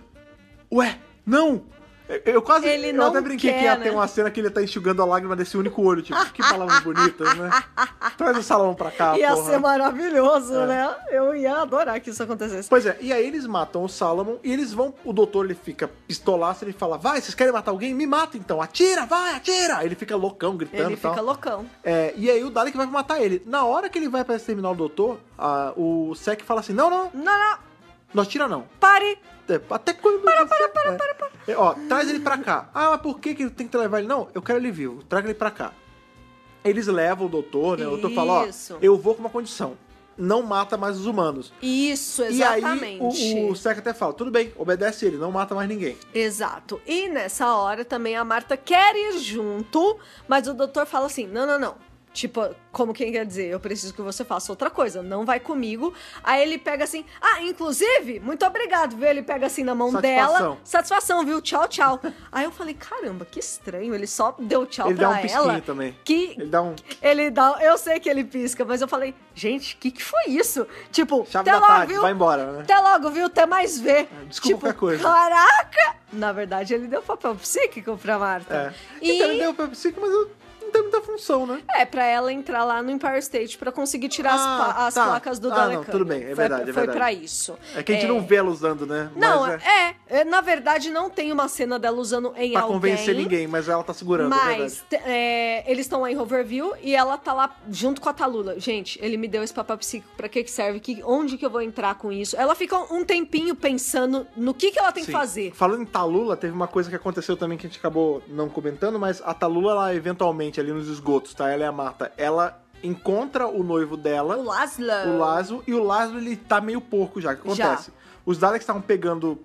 ué, não! Eu, eu quase,
Ele
eu
não
até brinquei
quer,
que ia
né?
ter uma cena que ele tá enxugando a lágrima desse único olho, tipo, que palavras bonitas, né? Traz o Salomon pra cá,
Ia
Ah, porra.
ser maravilhoso,
É.
né? Eu ia adorar que isso acontecesse.
Pois é, e aí eles matam o Salomon e eles vão. O doutor ele fica pistolaço, ele fala: Vai, vocês querem matar alguém? Me mata então, atira, vai, atira! Aí Ele fica loucão, gritando
Ele
e tal.
fica loucão.
É, e aí o Dalek vai matar ele. Na hora que ele vai pra exterminar o doutor, a- o Sec fala assim: Não, não,
Não, não,
não atira não.
pare!
É, Até quando. Para, para, para, para, para. é, ó, traz ele pra cá. Ah, mas por que, que tem que levar ele? Não, eu quero ele vivo. Traga ele pra cá. Eles levam o doutor, né? O doutor fala: Ó,
Isso.
eu vou com uma condição. Não mata mais os humanos.
Isso, exatamente.
E aí, o, o Sec até fala, tudo bem, obedece ele, não mata mais ninguém.
Exato. E nessa hora também a Marta quer ir junto, mas o doutor fala assim: não, não, não. Tipo, como quem quer dizer, eu preciso que você faça outra coisa, não vai comigo. Aí ele pega assim, ah, inclusive, muito obrigado, viu? Ele pega assim na mão
Satisfação.
dela. Satisfação, viu? Tchau, tchau. Aí eu falei, caramba, que estranho. Ele só deu tchau
Ele
pra
dá um pisquinho
ela.
também.
Que,
Ele dá um.
ele dá. Eu sei que ele pisca, mas eu falei, gente, o que, que foi isso? Tipo,
Chave
até
da
logo,
tarde,
viu? Tá.
vai embora, né?
Até logo, viu? Até mais ver.
É,
Tipo,
desculpa qualquer coisa.
Caraca! Na verdade, ele deu papel psíquico pra Marta.
É.
E
Então, ele deu pra psico, mas eu- não tem muita função, né?
é pra ela entrar lá no Empire State pra conseguir tirar as
Ah,
pla- as,
tá.
placas do
Ah, não,
Dalecan.
tudo bem, é
Foi-
verdade, é
Foi,
verdade.
pra isso.
É que a gente não vê ela usando, né?
Não,
mas é
é, é, Na verdade, não tem uma cena dela usando em
Pra
alguém.
convencer ninguém, mas ela tá segurando, é
Mas
verdade.
te- é, eles estão lá em Hoverview e ela tá lá junto com a Talula. Gente, ele me deu esse papel psíquico, pra que que serve? Que, onde que eu vou entrar com isso? Ela fica um tempinho pensando no que que ela tem
Sim.
que fazer.
Falando em Talula, teve uma coisa que aconteceu também que a gente acabou não comentando, mas a Talula, ela eventualmente, ali nos esgotos, tá? Ela é a Marta. Ela encontra o noivo dela.
O Laszlo.
o Lazo, e o Lazo ele tá meio porco já, o que acontece? Os Daleks estavam pegando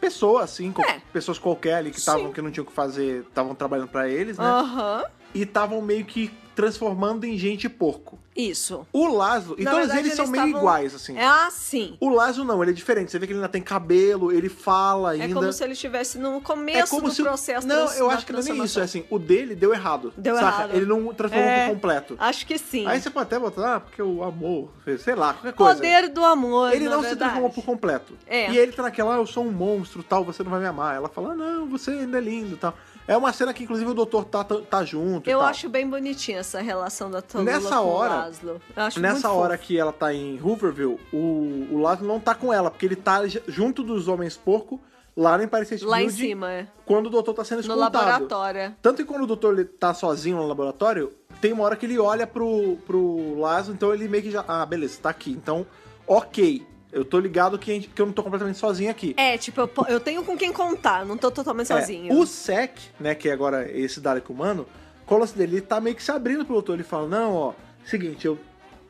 pessoas, assim, co-
É.
pessoas qualquer ali que
Sim. Ah.
estavam, que não tinham o que fazer, estavam trabalhando pra eles, né?
Aham.
E estavam meio que transformando em gente porco.
Isso.
O Lazo, e
Na
todos
verdade,
eles são
eles
meio
estavam-
iguais, assim.
É assim.
O Lazo não, ele é diferente, você vê que ele ainda tem cabelo, ele fala
É
ainda. É
como se ele estivesse no começo do
o-
processo
Não,
trans-
eu
da
acho que não é nem isso,
transformação.
é assim, o dele deu errado.
Deu
saca?
errado.
Ele não transformou
É.
por completo.
Acho que sim.
Aí você pode até botar, ah, porque o amor, fez, sei lá, qualquer coisa.
Poder do amor,
Ele
na
não se
verdade.
transformou por completo.
É.
E ele tá naquela, ah, eu sou um monstro, tal, você não vai me amar. Ela fala, ah, não, você ainda é lindo, tal. É uma cena que, inclusive, o doutor tá, tá, tá junto e
Eu
tal.
acho bem bonitinha essa relação da Talula
Nessa
com
hora-
o Laszlo. Eu acho muito
Nessa
fofo.
hora que ela tá em Hooverville, o, o Lázaro não tá com ela, porque ele tá j- junto dos Homens Porco, lá em Paris State
Lá em
Building,
cima, é.
quando o doutor tá sendo
No
escoltado.
laboratório.
Tanto que quando o doutor ele tá sozinho no laboratório, tem uma hora que ele olha pro, pro Lazo, então ele meio que já. Ah, beleza, tá aqui. Então, ok. Eu tô ligado que, a gente- que eu não tô completamente sozinho aqui.
É, tipo, eu, po- eu tenho com quem contar, não tô totalmente
É,
sozinho.
o Sec, né, que é agora esse Dalek humano, cola dele, ele tá meio que se abrindo pro doutor. Ele fala, não, ó, seguinte, eu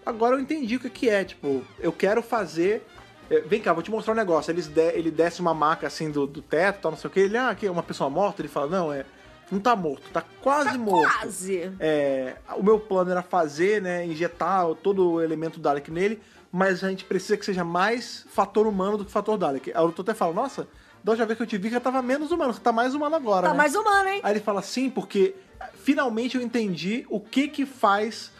agora eu entendi o que, que é, tipo, eu quero fazer... eh, Vem cá, vou te mostrar um negócio. Eles de- ele desce uma maca assim do, do teto, tal, não sei o que. Ele, ah, aqui é uma pessoa morta. Ele fala, não, é... Não tá morto, tá quase morto.
Quase.
É, o meu plano era fazer, né, injetar todo o elemento Dalek nele, mas a gente precisa que seja mais fator humano do que fator Dalek. Aí o doutor até fala, nossa, da última vez que eu te vi já tava menos humano, você tá mais humano agora,
Tá
né?
mais humano, hein?
Aí ele fala, sim, porque finalmente eu entendi o que que faz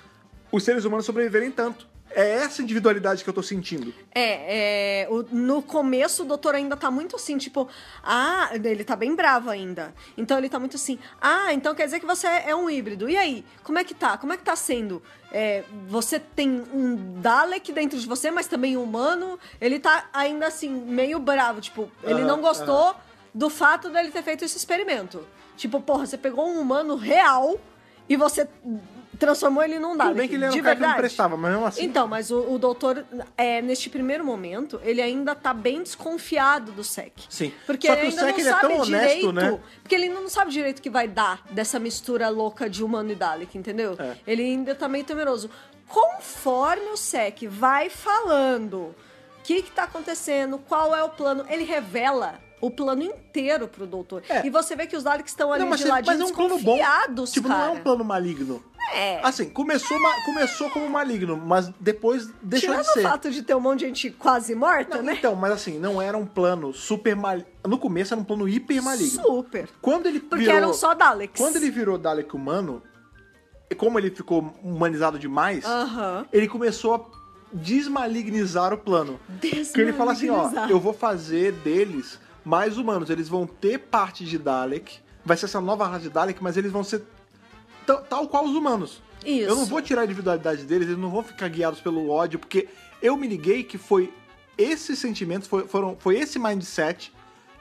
os seres humanos sobreviverem tanto. É essa individualidade que eu tô sentindo.
É, é, o- no começo o doutor ainda tá muito assim, tipo, ah, ele tá bem bravo ainda. Então ele tá muito assim, ah, então quer dizer que você é um híbrido. E aí, como é que tá? Como é que tá sendo? É, você tem um Dalek dentro de você, mas também um humano. Ele tá ainda assim, meio bravo, tipo, ele
Aham,
não gostou do fato dele ter feito esse experimento. Tipo, porra, você pegou um humano real e você transformou ele num Dalek.
Tudo bem que ele era
de
um cara que não
verdade.
prestava, mas mesmo assim...
Então, mas o, o doutor, é, neste primeiro momento, ele ainda tá bem desconfiado do SEC.
Sim.
Porque
Só
ele
que o
ainda
Sec,
não
ele é
sabe
tão honesto,
direito.
né?
Porque ele ainda não sabe direito o que vai dar dessa mistura louca de humano e Dalek, entendeu?
É.
Ele ainda tá meio temeroso. Conforme o SEC vai falando o que, que tá acontecendo, qual é o plano, ele revela. O plano inteiro pro doutor.
É.
E você vê que os Daleks estão ali
Não, mas,
de ladinho
mas é um plano bom.
desconfiados,
Tipo,
cara.
não é um plano maligno.
É.
Assim, começou, ma- começou como maligno, mas depois deixou
Tirando
de
o
ser.
fato de ter um monte de gente quase morta,
Não,
né?
Então, mas assim, não era um plano super maligno. No começo era um plano hiper maligno.
Super.
Quando ele
Porque
virou,
eram só Daleks.
Quando ele virou Dalek humano, e como ele ficou humanizado demais,
Aham.
ele começou a desmalignizar o plano. Porque ele
é
fala assim, ó,
Desmalignizar.
eu vou fazer deles mais humanos. Eles vão ter parte de Dalek, vai ser essa nova raça de Dalek, mas eles vão ser ta- tal qual os humanos.
Isso.
Eu não vou tirar a individualidade deles, eles não vão ficar guiados pelo ódio, porque eu me liguei que foi esses sentimentos, foi, foram, foi esse mindset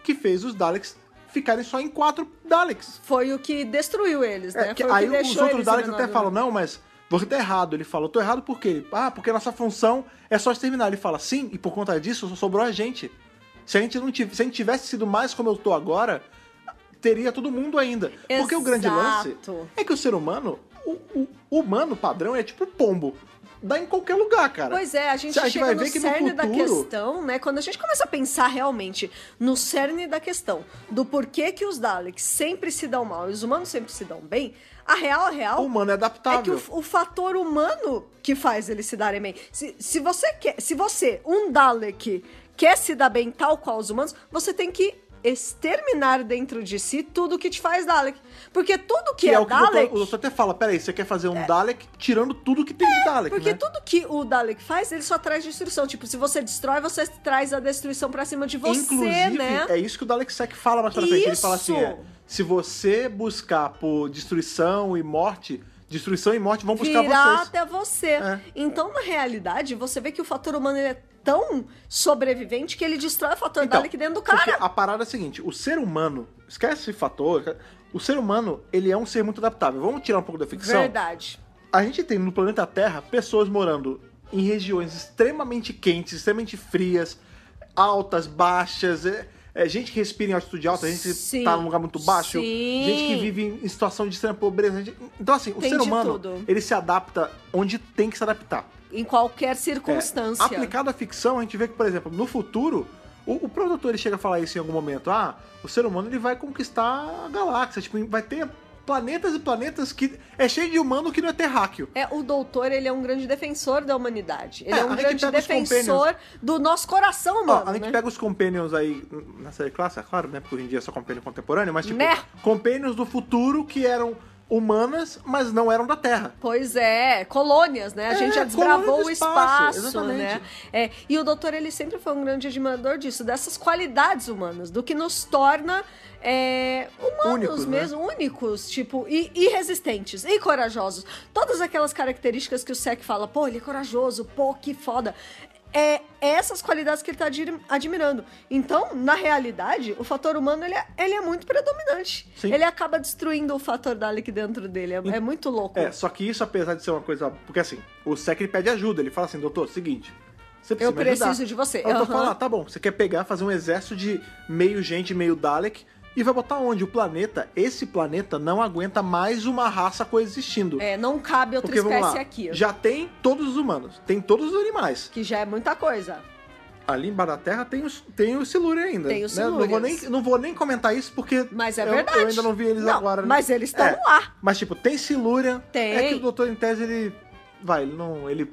que fez os Daleks ficarem só em quatro Daleks.
Foi o que destruiu eles, né?
É, que
Foi o
aí
que
os
deixou
outros
eles
Daleks até
ignorados.
falam, não, mas você tá errado. Ele fala, eu tô errado por quê? Ah, porque nossa função é só exterminar. Ele fala, sim, e por conta disso só sobrou a gente. Se a gente, não tivesse, se a gente tivesse sido mais como eu tô agora, teria todo mundo ainda. Porque o grande lance
Exato.
é que o ser humano, o, o- o humano padrão é tipo pombo. Dá em qualquer lugar, cara.
Pois é, a gente
Se a gente
chega
vai
no
ver que no
cerne da
futuro-
questão, né? Quando a gente começa a pensar realmente no cerne da questão do porquê que os Daleks sempre se dão mal e os humanos sempre se dão bem, A real, a real.
O humano é adaptável.
É que o, o fator humano que faz eles se darem bem. Se, se você quer, se você, um Dalek, quer se dar bem tal qual os humanos, você tem que exterminar dentro de si tudo que te faz Dalek. Porque tudo que,
Que
é,
é o que o
Dalek. É.
doutor, o doutor até fala, peraí, você quer fazer um Dalek tirando tudo que tem de Dalek,
Porque
né?
tudo que o Dalek faz, ele só traz destruição. Tipo, se você destrói, você traz a destruição pra cima de você,
Inclusive,
né?
é isso que o Dalek Sec fala mais pra frente. Ele
Isso!
fala assim, é, se você buscar por destruição e morte, destruição e morte vão buscar
virar
vocês.
até você.
É.
Então, na realidade, você vê que o fator humano ele é tão sobrevivente que ele destrói o fator Dalek dentro do
Então, porque
cara.
a parada é a seguinte, o ser humano, esquece esse fator, o ser humano, ele é um ser muito adaptável. Vamos tirar um pouco da ficção?
Verdade.
A gente tem no planeta Terra pessoas morando em regiões extremamente quentes, extremamente frias, altas, baixas. É, é, gente que respira em altitude alta, a gente
Sim.
tá num lugar muito baixo,
Sim.
gente que vive em- em situação de extrema pobreza. gente- Então, assim, o
Tem
ser
de
humano
tudo.
ele se adapta onde tem que se adaptar.
Em qualquer
É,
circunstância.
aplicado à ficção, a gente vê que, por exemplo, no futuro, o, o produtor ele chega a falar isso em algum momento. Ah, o ser humano ele vai conquistar a galáxia. Tipo, vai ter planetas e planetas que é cheio de humano que não é terráqueo.
É, o doutor, ele é um grande defensor da humanidade. Ele
É,
é,
a
um
gente
grande
pega os
defensor do nosso coração
Ó,
humano,
a gente
né?
pega os Companions aí n- na série clássica, claro, né? Porque hoje em dia é só Companion contemporâneo, mas tipo,
Né?
Companions do futuro que eram humanas, mas não eram da Terra.
Pois é, colônias, né? A
É,
gente já
colônia
desbravou
do
o
espaço,
espaço,
exatamente.
né? É, e o doutor, ele sempre foi um grande admirador disso, dessas qualidades humanas, do que nos torna é, humanos
Únicos, né?
mesmo, únicos, tipo, e, e resistentes, e corajosos. Todas aquelas características que o Sec fala, pô, ele é corajoso, pô, que foda. É essas qualidades que ele tá admi- admirando. Então, na realidade, o fator humano, ele é, ele é muito predominante.
Sim.
Ele acaba destruindo o fator Dalek dentro dele. É, é muito louco.
É, só que isso, apesar de ser uma coisa. Porque assim, o Sec ele pede ajuda, ele fala assim, doutor, seguinte. Você precisa
Eu
me ajudar."
preciso de você,
Aí Eu tô
aham.
falando, ah, tá bom, você quer pegar, fazer um exército de meio gente, meio Dalek, e vai botar onde? O planeta, esse planeta não aguenta mais uma raça coexistindo.
É, não cabe outra
Porque vamos
espécie
lá,
aqui.
já tem todos os humanos, tem todos os animais.
Que já é muita coisa.
Ali embaixo da Terra tem os, tem os Siluri ainda.
Tem os
né? Não vou, nem,
Silúrias.
não vou nem comentar isso porque.
Mas é
eu,
verdade.
Eu ainda não vi eles
Não,
agora. né?
mas eles estão
É,
lá.
Mas, tipo, tem Silúria.
Tem.
É que o doutor em tese, ele. Vai, ele não. Ele,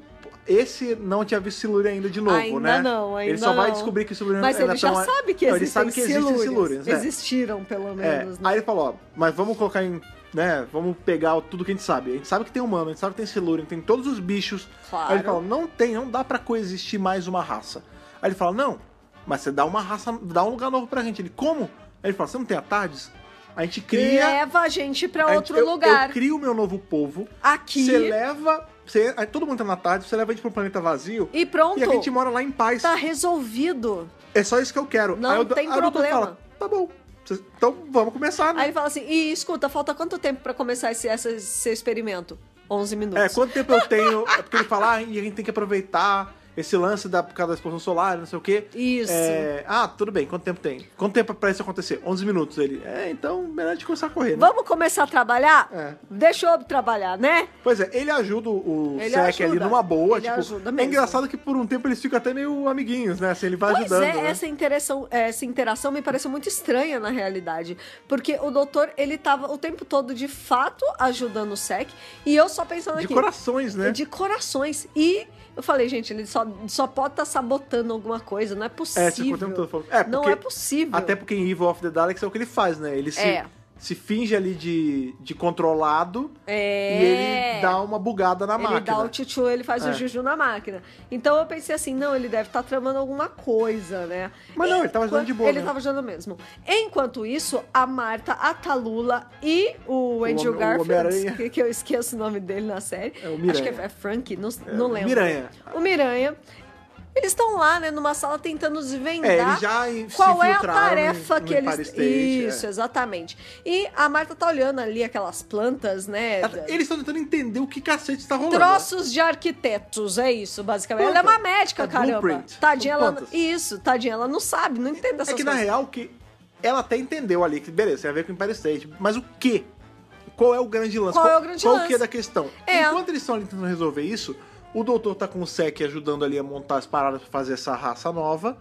esse não tinha visto Silúria ainda de novo,
Ainda
né?
não, ainda
ele só vai
não.
descobrir que Silúria
Mas
ainda
ele já
tão-
sabe que
não,
existem
ele sabe que existem Silúrias. é.
Existiram, pelo
É,
menos, né?
Aí ele falou, ó, mas vamos colocar em. Né, vamos pegar o- tudo que a gente sabe. A gente sabe que tem humano, a gente sabe que tem Silurian, tem todos os bichos.
Claro.
Aí ele fala, não tem, não dá pra coexistir mais uma raça. Aí ele fala, não, mas você dá uma raça, dá um lugar novo pra gente. Ele, como? Aí ele fala, você não tem Tardes? A gente cria.
Leva a gente pra
a gente-
É outro
eu- Eu,
lugar.
crio o meu novo povo.
Aqui.
Você leva. Você, aí todo mundo tá na tarde, você leva a gente pro planeta vazio.
E pronto.
E a gente mora lá em paz.
Tá resolvido.
É só isso que eu quero.
Não
aí o, do-
tem
aí o doutor
problema.
Fala, tá bom. Vocês- Então vamos começar, né?
Aí ele fala assim, e escuta, falta quanto tempo pra começar esse, essa- esse seu experimento? 11 minutos.
É, quanto tempo eu tenho? É porque ele fala, ah, e a gente tem que aproveitar esse lance da, por causa da expansão solar, não sei o quê.
Isso.
É, ah, tudo bem, quanto tempo tem? Quanto tempo pra isso acontecer? 11 minutos. Ele, é, então, melhor a gente começar a correr, né?
Vamos começar a trabalhar?
É.
Deixa eu trabalhar, né?
Pois é, ele ajuda o
Ele
Sec ali
ajuda.
numa boa.
Ele
tipo,
ajuda
É
mesmo.
engraçado que por um tempo eles ficam até meio amiguinhos, né? Assim, ele vai
Pois
ajudando,
é,
né?
essa, interação, essa interação me pareceu muito estranha na realidade. Porque o doutor, ele tava o tempo todo de fato ajudando o SEC. E eu só pensando
De
aqui.
corações, né?
De corações. E eu falei, gente, ele só, só pode estar sabotando alguma coisa. Não é possível.
É, você ficou o tempo todo falando. É,
não
porque-
é possível.
Até porque em Evil of the Daleks é o que ele faz, né? Ele se,
É.
se finge ali de, de controlado
É.
e ele dá uma bugada na
ele
máquina.
dá o tchutchu, ele faz
É.
o juju na máquina. Então eu pensei assim, não, ele deve estar tramando alguma coisa, né?
Mas não, ele tava ajudando de boa,
Ele
né?
tava ajudando mesmo. Enquanto isso, a Marta, a Talula e o Andrew
Homem- o Homem-Aranha.
Garfield, que, que eu esqueço o nome dele na série.
É, o Miranha.
Acho que é Frank, não, não lembro.
Miranha.
O Miranha. Eles estão lá, né, numa sala tentando desvendar
É, eles já en- se
qual é a
infiltraram
tarefa
no-
que
no
eles...
Empire State,
Isso,
é.
exatamente. E a Marta tá olhando ali aquelas plantas, né? da-
tá- Eles estão tentando entender o que cacete tá rolando.
Troços de arquitetos, é isso, basicamente.
Planta.
Ela é uma médica,
É
caramba.
blueprint.
Tadinha,
São
ela.
plantas.
Isso, tadinha, ela não sabe, não entende
É
essas
que na
coisas.
real que ela até entendeu ali que beleza, tem a ver com o Empire State, mas o quê? Qual é o grande lance?
Qual é o grande
qual
lance?
que é da questão?
É.
Enquanto eles estão ali tentando resolver isso, o doutor tá com o Sec ajudando ali a montar as paradas pra fazer essa raça nova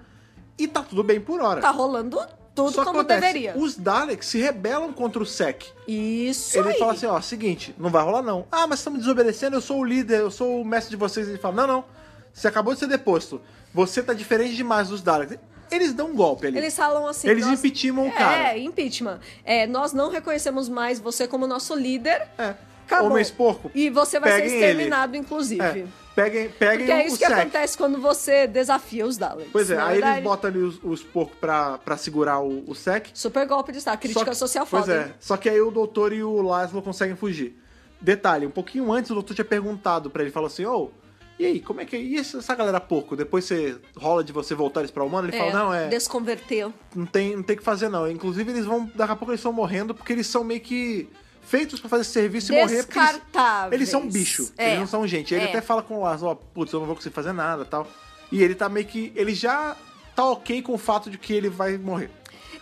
e tá tudo bem por hora.
Tá rolando tudo
Só
como
acontece,
deveria.
Os Daleks se rebelam contra o Sec.
Isso
ele
aí.
fala assim, ó, seguinte, não vai rolar não. Ah, mas estamos desobedecendo, eu sou o líder, eu sou o mestre de vocês. Ele fala, não, não, você acabou de ser deposto. Você tá diferente demais dos Daleks. Eles dão um golpe ali.
Eles falam assim.
Eles
nós-
impeachmentam o
É,
cara.
impeachment. É, nós não reconhecemos mais você como nosso líder.
É.
Acabou.
Homens porco.
E você vai ser
peguem ele.
exterminado, inclusive.
É. Peguem, peguem
Porque é
o
isso que
Sec.
acontece né? quando você desafia os Daleks.
Pois é,
na
aí eles
verdade.
botam ali os, os porcos pra, pra segurar o, o Sec.
Super golpe de Estado,
Só
crítica
que-
social
Pois
foda.
é, só que aí o doutor e o Laszlo conseguem fugir. Detalhe, um pouquinho antes o doutor tinha perguntado pra ele, falou assim, ô, e aí, como é que é? E essa essa galera porco? Depois você rola de você voltar eles pra humano? Ele fala, não, é,
Desconverteu.
não tem não tem o que fazer não. Inclusive eles vão, daqui a pouco eles estão morrendo porque eles são meio que feitos pra fazer serviço e morrer. porque eles-
Descartáveis.
Eles são um bicho,
É.
eles não são gente. Ele
É.
até fala com o Laszlo, ó, putz, eu não vou conseguir fazer nada tal. E ele tá meio que, ele já tá ok com o fato de que ele vai morrer.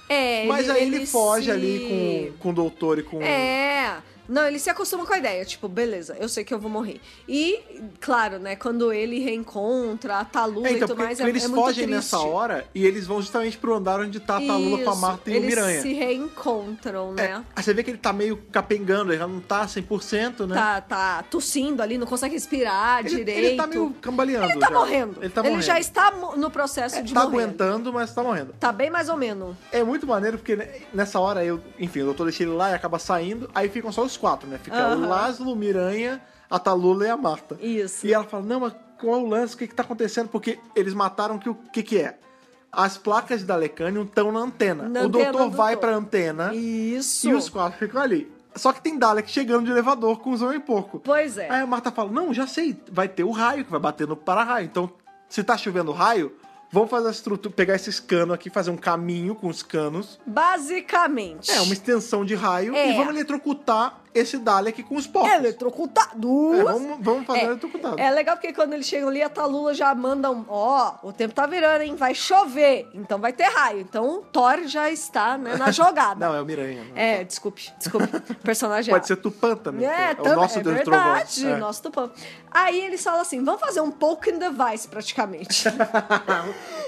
É,
Mas aí ele, foge
se-
ali com, com o doutor e com.
É. Não, ele se acostuma com a ideia, tipo, beleza, eu sei que eu vou morrer. E, claro, né, quando ele reencontra a Talula
É,
e
então,
tudo
porque,
mais, é,
porque eles
é muito
fogem
triste.
nessa hora e eles vão justamente pro andar onde tá a Talula com a
Isso,
Marta e o
eles
Miranha.
se reencontram,
É,
né?
aí você vê que ele tá meio capengando, ele já não tá 100%, né?
Tá, tá tossindo ali, não consegue respirar
ele,
direito.
ele tá meio cambaleando.
Ele tá
já.
morrendo.
Ele tá morrendo.
já está mo- no processo de
tá
morrer.
aguentando, mas tá morrendo.
Tá bem mais ou menos.
É muito maneiro porque né, nessa hora eu, enfim, o doutor deixa ele lá e acaba saindo, aí ficam só os quatro, né? Fica o
Aham.
Laszlo, o Miranha, a Talula e a Marta.
Isso.
E ela fala: "Não, mas qual é o lance? O que que tá acontecendo? Porque eles mataram que o que que é? As placas da Lecanium estão na antena. o
Na antena
doutor
do
vai
doutor.
pra antena
Isso.
né? e os quatro ficam ali. Só que tem Dalek chegando de elevador com os homem porco.
Pois é.
Aí a Marta fala: Não, já sei, vai ter o raio que vai bater no para-raio. Então, se tá chovendo raio, vamos fazer a estrutura, pegar esses canos aqui, fazer um caminho com os canos.
Basicamente.
É, uma extensão de raio.
É.
E vamos eletrocutar esse Dalek com os porcos.
Eletrocutado.
É, vamos, vamos fazer
É,
eletrocutado.
é legal porque quando eles chegam ali, a Talula já manda um. Ó, o tempo tá virando, hein? Vai chover. Então vai ter raio. Então o Thor já está né, na jogada.
Não, é o Miranha. né?
é, desculpe, desculpe. Personagem.
Pode
errado.
ser Tupã também.
É,
É,
também,
o nosso
é
Deus
verdade,
Trovão. É.
nosso Tupã. Aí eles falam assim, vamos fazer um Pokémon Device, praticamente.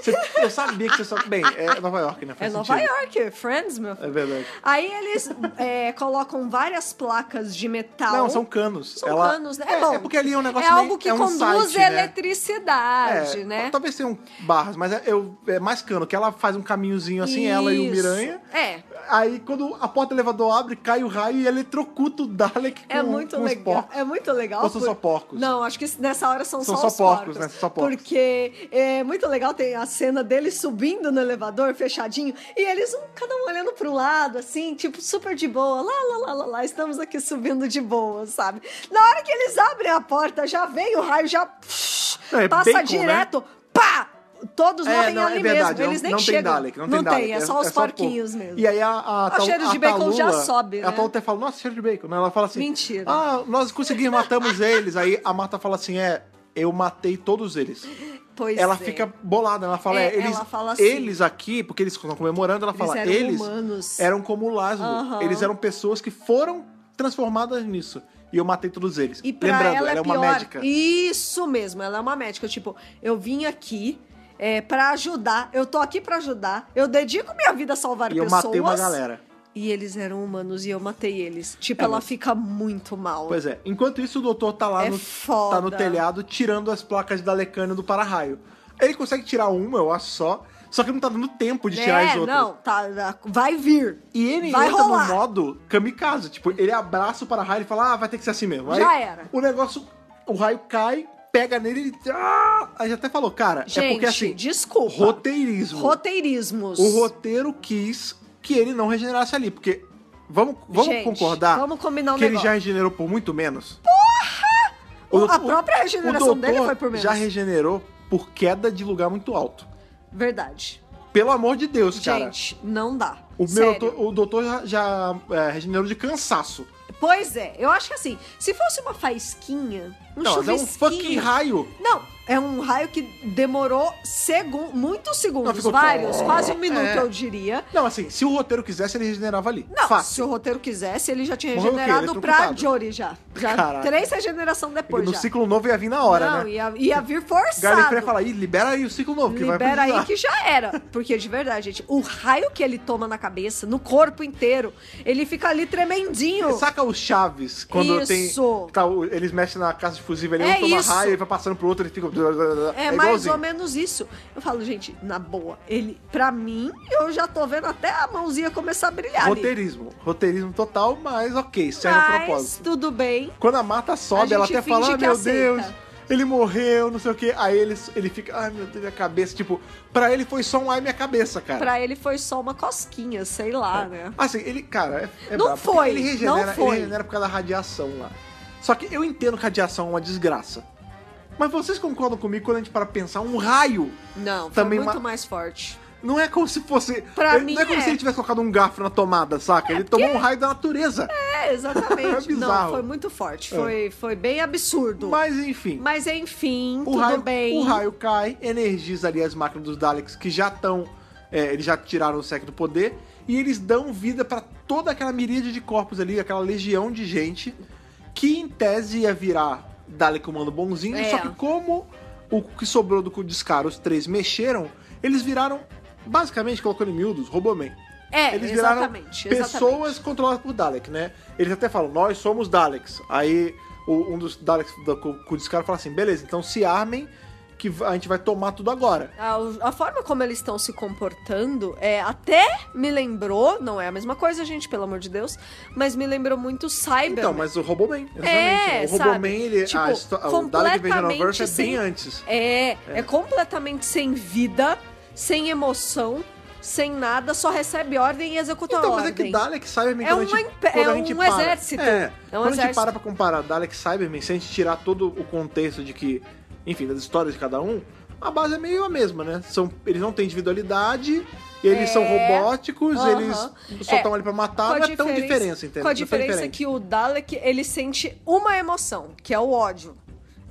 Você- eu sabia que você só. Bem, é Nova York, né?
é
Faz
Nova
sentido.
York, Friends, meu
É
filho.
verdade.
Aí eles é, colocam várias placas de metal.
Não, são canos.
São
Ela-
canos, né?
É,
bom,
é porque ali é um negócio
É
meio-
algo que
é um
conduz
site, né?
eletricidade,
É,
né?
Talvez tenham barras, mas é, eu, é mais cano, que ela faz um caminhozinho assim, ela e o
Isso.
Miranha.
É.
Aí quando a porta do elevador abre, cai o raio e eletrocuta o Dalek com,
É muito
com os
legal.
porcos.
É muito legal.
Ou são só porcos?
Não, acho que nessa hora são,
São só
só, os
porcos, né? Só porcos.
Porque é muito legal tem a cena dele subindo no elevador fechadinho e eles um, cada um olhando pro lado assim, tipo super de boa. Lá, lá, lá, lá, lá, estamos aqui subindo de boa, sabe? Na hora que eles abrem a porta, já vem o raio, já
É,
passa
bacon, né?
direto, pá! Todos
É,
morrem
não,
ali
é verdade,
mesmo, eles
não,
nem
não
chegam.
tem Dalek, não, tem Dalek.
é só os
porco.
porquinhos mesmo.
E aí a, a,
O cheiro de
a
bacon já
Talula-
sobe, né?
A Talula até fala, nossa, cheiro de bacon. né? Ela fala assim,
Mentira.
ah, nós conseguimos, matamos eles. Aí a Marta fala assim, é, eu matei todos eles.
Pois
ela
é.
fica bolada, ela fala,
É,
é, eles,
ela fala assim.
eles aqui, porque eles estão comemorando, ela
Eles
fala,
eram
eles é
humanos."
eram como o Lázaro,
Aham.
eles eram pessoas que foram transformadas nisso. E eu matei todos eles.
E pra
Lembrando,
ela, é
é uma
pior.
médica.
Isso mesmo, ela é uma médica. Tipo, eu vim aqui é, para ajudar, eu tô aqui pra ajudar, eu dedico minha vida a salvar
E eu
pessoas.
matei uma galera.
E eles eram humanos e eu matei eles. Tipo,
É,
ela
mas-
fica muito mal.
Pois é. Enquanto isso, o doutor tá lá
É
no,
foda.
tá no telhado tirando as placas da Lecânia do para-raio. Ele consegue tirar uma, eu acho só, só que não tá dando tempo de tirar as outras.
É, não, tá, vai vir.
E ele
vai
entra
rolar.
no modo kamikaze. Tipo, ele abraça o para-raio e fala, ah, vai ter que ser assim mesmo. Aí
Já era.
O negócio, o raio cai, pega nele e... Ah! Aí já até falou, cara, é
Gente,
porque assim...
desculpa.
Roteirismo.
Roteirismos.
O roteiro quis que ele não regenerasse ali, porque... Vamos, vamos
Gente,
concordar
vamos combinar um
que ele
negócio.
já é regenerou por muito menos?
O-
Porra!
a própria regeneração dele foi por menos.
já regenerou por queda de lugar muito alto.
Verdade.
Pelo amor de Deus, cara.
Gente, não dá.
O, meu,
Sério.
doutor- o doutor já, já, é, regenerou de cansaço.
Pois é, eu acho que assim, se fosse uma faisquinha, um
Não, mas é um
chuvisquinho...
fucking raio.
Não, é um raio que demorou segun, muitos
Não,
segundos,
ficou
vários,
tão-
quase um minuto,
É.
eu diria.
Não, assim, se o roteiro quisesse, ele regenerava ali.
Não,
Fácil.
se o roteiro quisesse, ele já tinha
Morreu o quê?
regenerado pra
Eletrocutado.
Jory já. já
Caraca.
três regeneração depois
no
já.
ciclo novo ia vir na hora,
Não,
né?
ia, ia
Galifrey
vir forçado.
ia falar, Ih, libera aí o ciclo novo, que vai
Libera
precisar.
aí que já era. Porque, de verdade, gente, o raio que ele toma na cabeça, no corpo inteiro, ele fica ali tremendinho.
Saca o Chaves, quando
Isso.
tem. Tá, o- eles mexem na casa de fusível, ele
É
um toma
isso.
raio, ele vai passando pro outro, ele fica.
É, mais ou menos isso. Eu falo, gente, na boa, ele, pra mim, eu já tô vendo até a mãozinha começar a brilhar. ali.
Roteirismo. Roteirismo total, mas ok, serve o
Mas,
propósito.
tudo bem.
Quando a mata sobe,
A
ela
gente
até fala,
finge
ah,
que
meu
aceita."
Deus, ele morreu, não sei o quê. Aí ele, ele fica, ai meu Deus, minha cabeça. Tipo, pra ele foi só um ai minha cabeça, cara.
Pra ele foi só uma cosquinha, sei lá, né?
Assim, ele, cara, é, é
Não
brabo, porque
foi,
Ele
não
regenera,
foi.
ele regenera por causa da radiação lá. Só que eu entendo que radiação é uma desgraça. Mas vocês concordam comigo quando a gente para pensar um raio?
Não, foi
Também
muito
ma-
mais forte.
Não é como se fosse.
Pra
ele-
mim,
não é como
é.
se ele tivesse colocado um garfo na tomada, saca? ele tomou um raio da natureza.
É, exatamente. Não,
bizarro. É.
foi muito forte. Foi, foi bem absurdo. Mas,
Mas enfim.
enfim,
o
tudo
raio,
bem.
o raio cai, energiza ali as máquinas dos Daleks que já estão. é, eles já tiraram o Sec do poder. E eles dão vida pra toda aquela miríade de corpos ali, aquela legião de gente. Que em tese ia virar Dalek humano bonzinho.
É.
Só que como o que sobrou do Kudiscar, os três mexeram, eles viraram. Basicamente, colocando em miúdos, Roboman.
É,
Eles viraram
exatamente.
pessoas
exatamente.
controladas por Dalek, né? Eles até falam, nós somos Daleks. Aí o- um dos Daleks do Kudiskar fala assim, beleza, então se armem que a gente vai tomar tudo agora.
A, a forma como eles estão se comportando é até me lembrou, não é a mesma coisa, gente, pelo amor de Deus, mas me lembrou muito Cyber.
Então, mas o Roboman, exatamente.
É,
o Roboman,
sabe?
ele,
Tipo,
a histó- o Dalek Invasion é
completamente sem-
bem antes.
É, é, completamente sem vida, sem emoção, sem nada, só recebe ordem e executa
Então,
a
mas é
ordem.
que Dalek Cyberman,
É
quando a
um
gente,
impe-
quando
é
a gente
um
para,
exército.
É,
É um
quando a gente
exército.
para pra comparar Dalek Cyberman, se a gente tirar todo o contexto de que, enfim, das histórias de cada um, a base é meio a mesma, né? São, eles não têm individualidade, eles são robóticos,
É. Aham.
eles só
É,
estão ali pra matar, não é tão diferença, entendeu?
Com
Não
a
é tão
diferença
diferente.
que o Dalek, ele sente uma emoção, que é o ódio.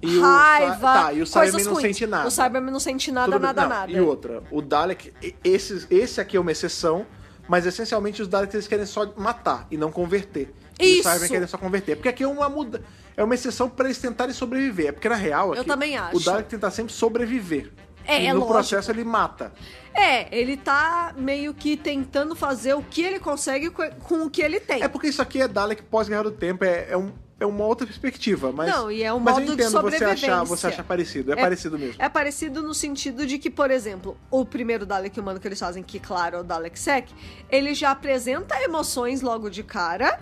E o
Raiva,
Cy- tá, e o
coisas
Cyberman não
ruins.
sente nada.
O Cyberman não sente nada,
Tudo bem.
nada,
Não,
nada.
E outra, o Dalek, e- esse, esse aqui é uma exceção, mas essencialmente os Daleks eles querem só matar e não converter. E
Isso.
os Cybermen querem só converter. Porque aqui é uma muda, é uma exceção pra eles tentarem sobreviver. É porque na real aqui,
Eu também acho.
o Dalek tenta sempre sobreviver.
É,
e
é
no
lógico.
processo ele mata.
É, ele tá meio que tentando fazer o que ele consegue co- com o que ele tem.
É porque isso aqui é Dalek pós-guerra do tempo, é, é um- é uma outra perspectiva, mas
Não, e é um
mas
modo
eu
de
entendo você achar, você
sobrevivência.
achar parecido, é, parecido mesmo.
É parecido no sentido de que, por exemplo, o primeiro Dalek humano que eles fazem, que claro é o Dalek Sec, ele já apresenta emoções logo de cara,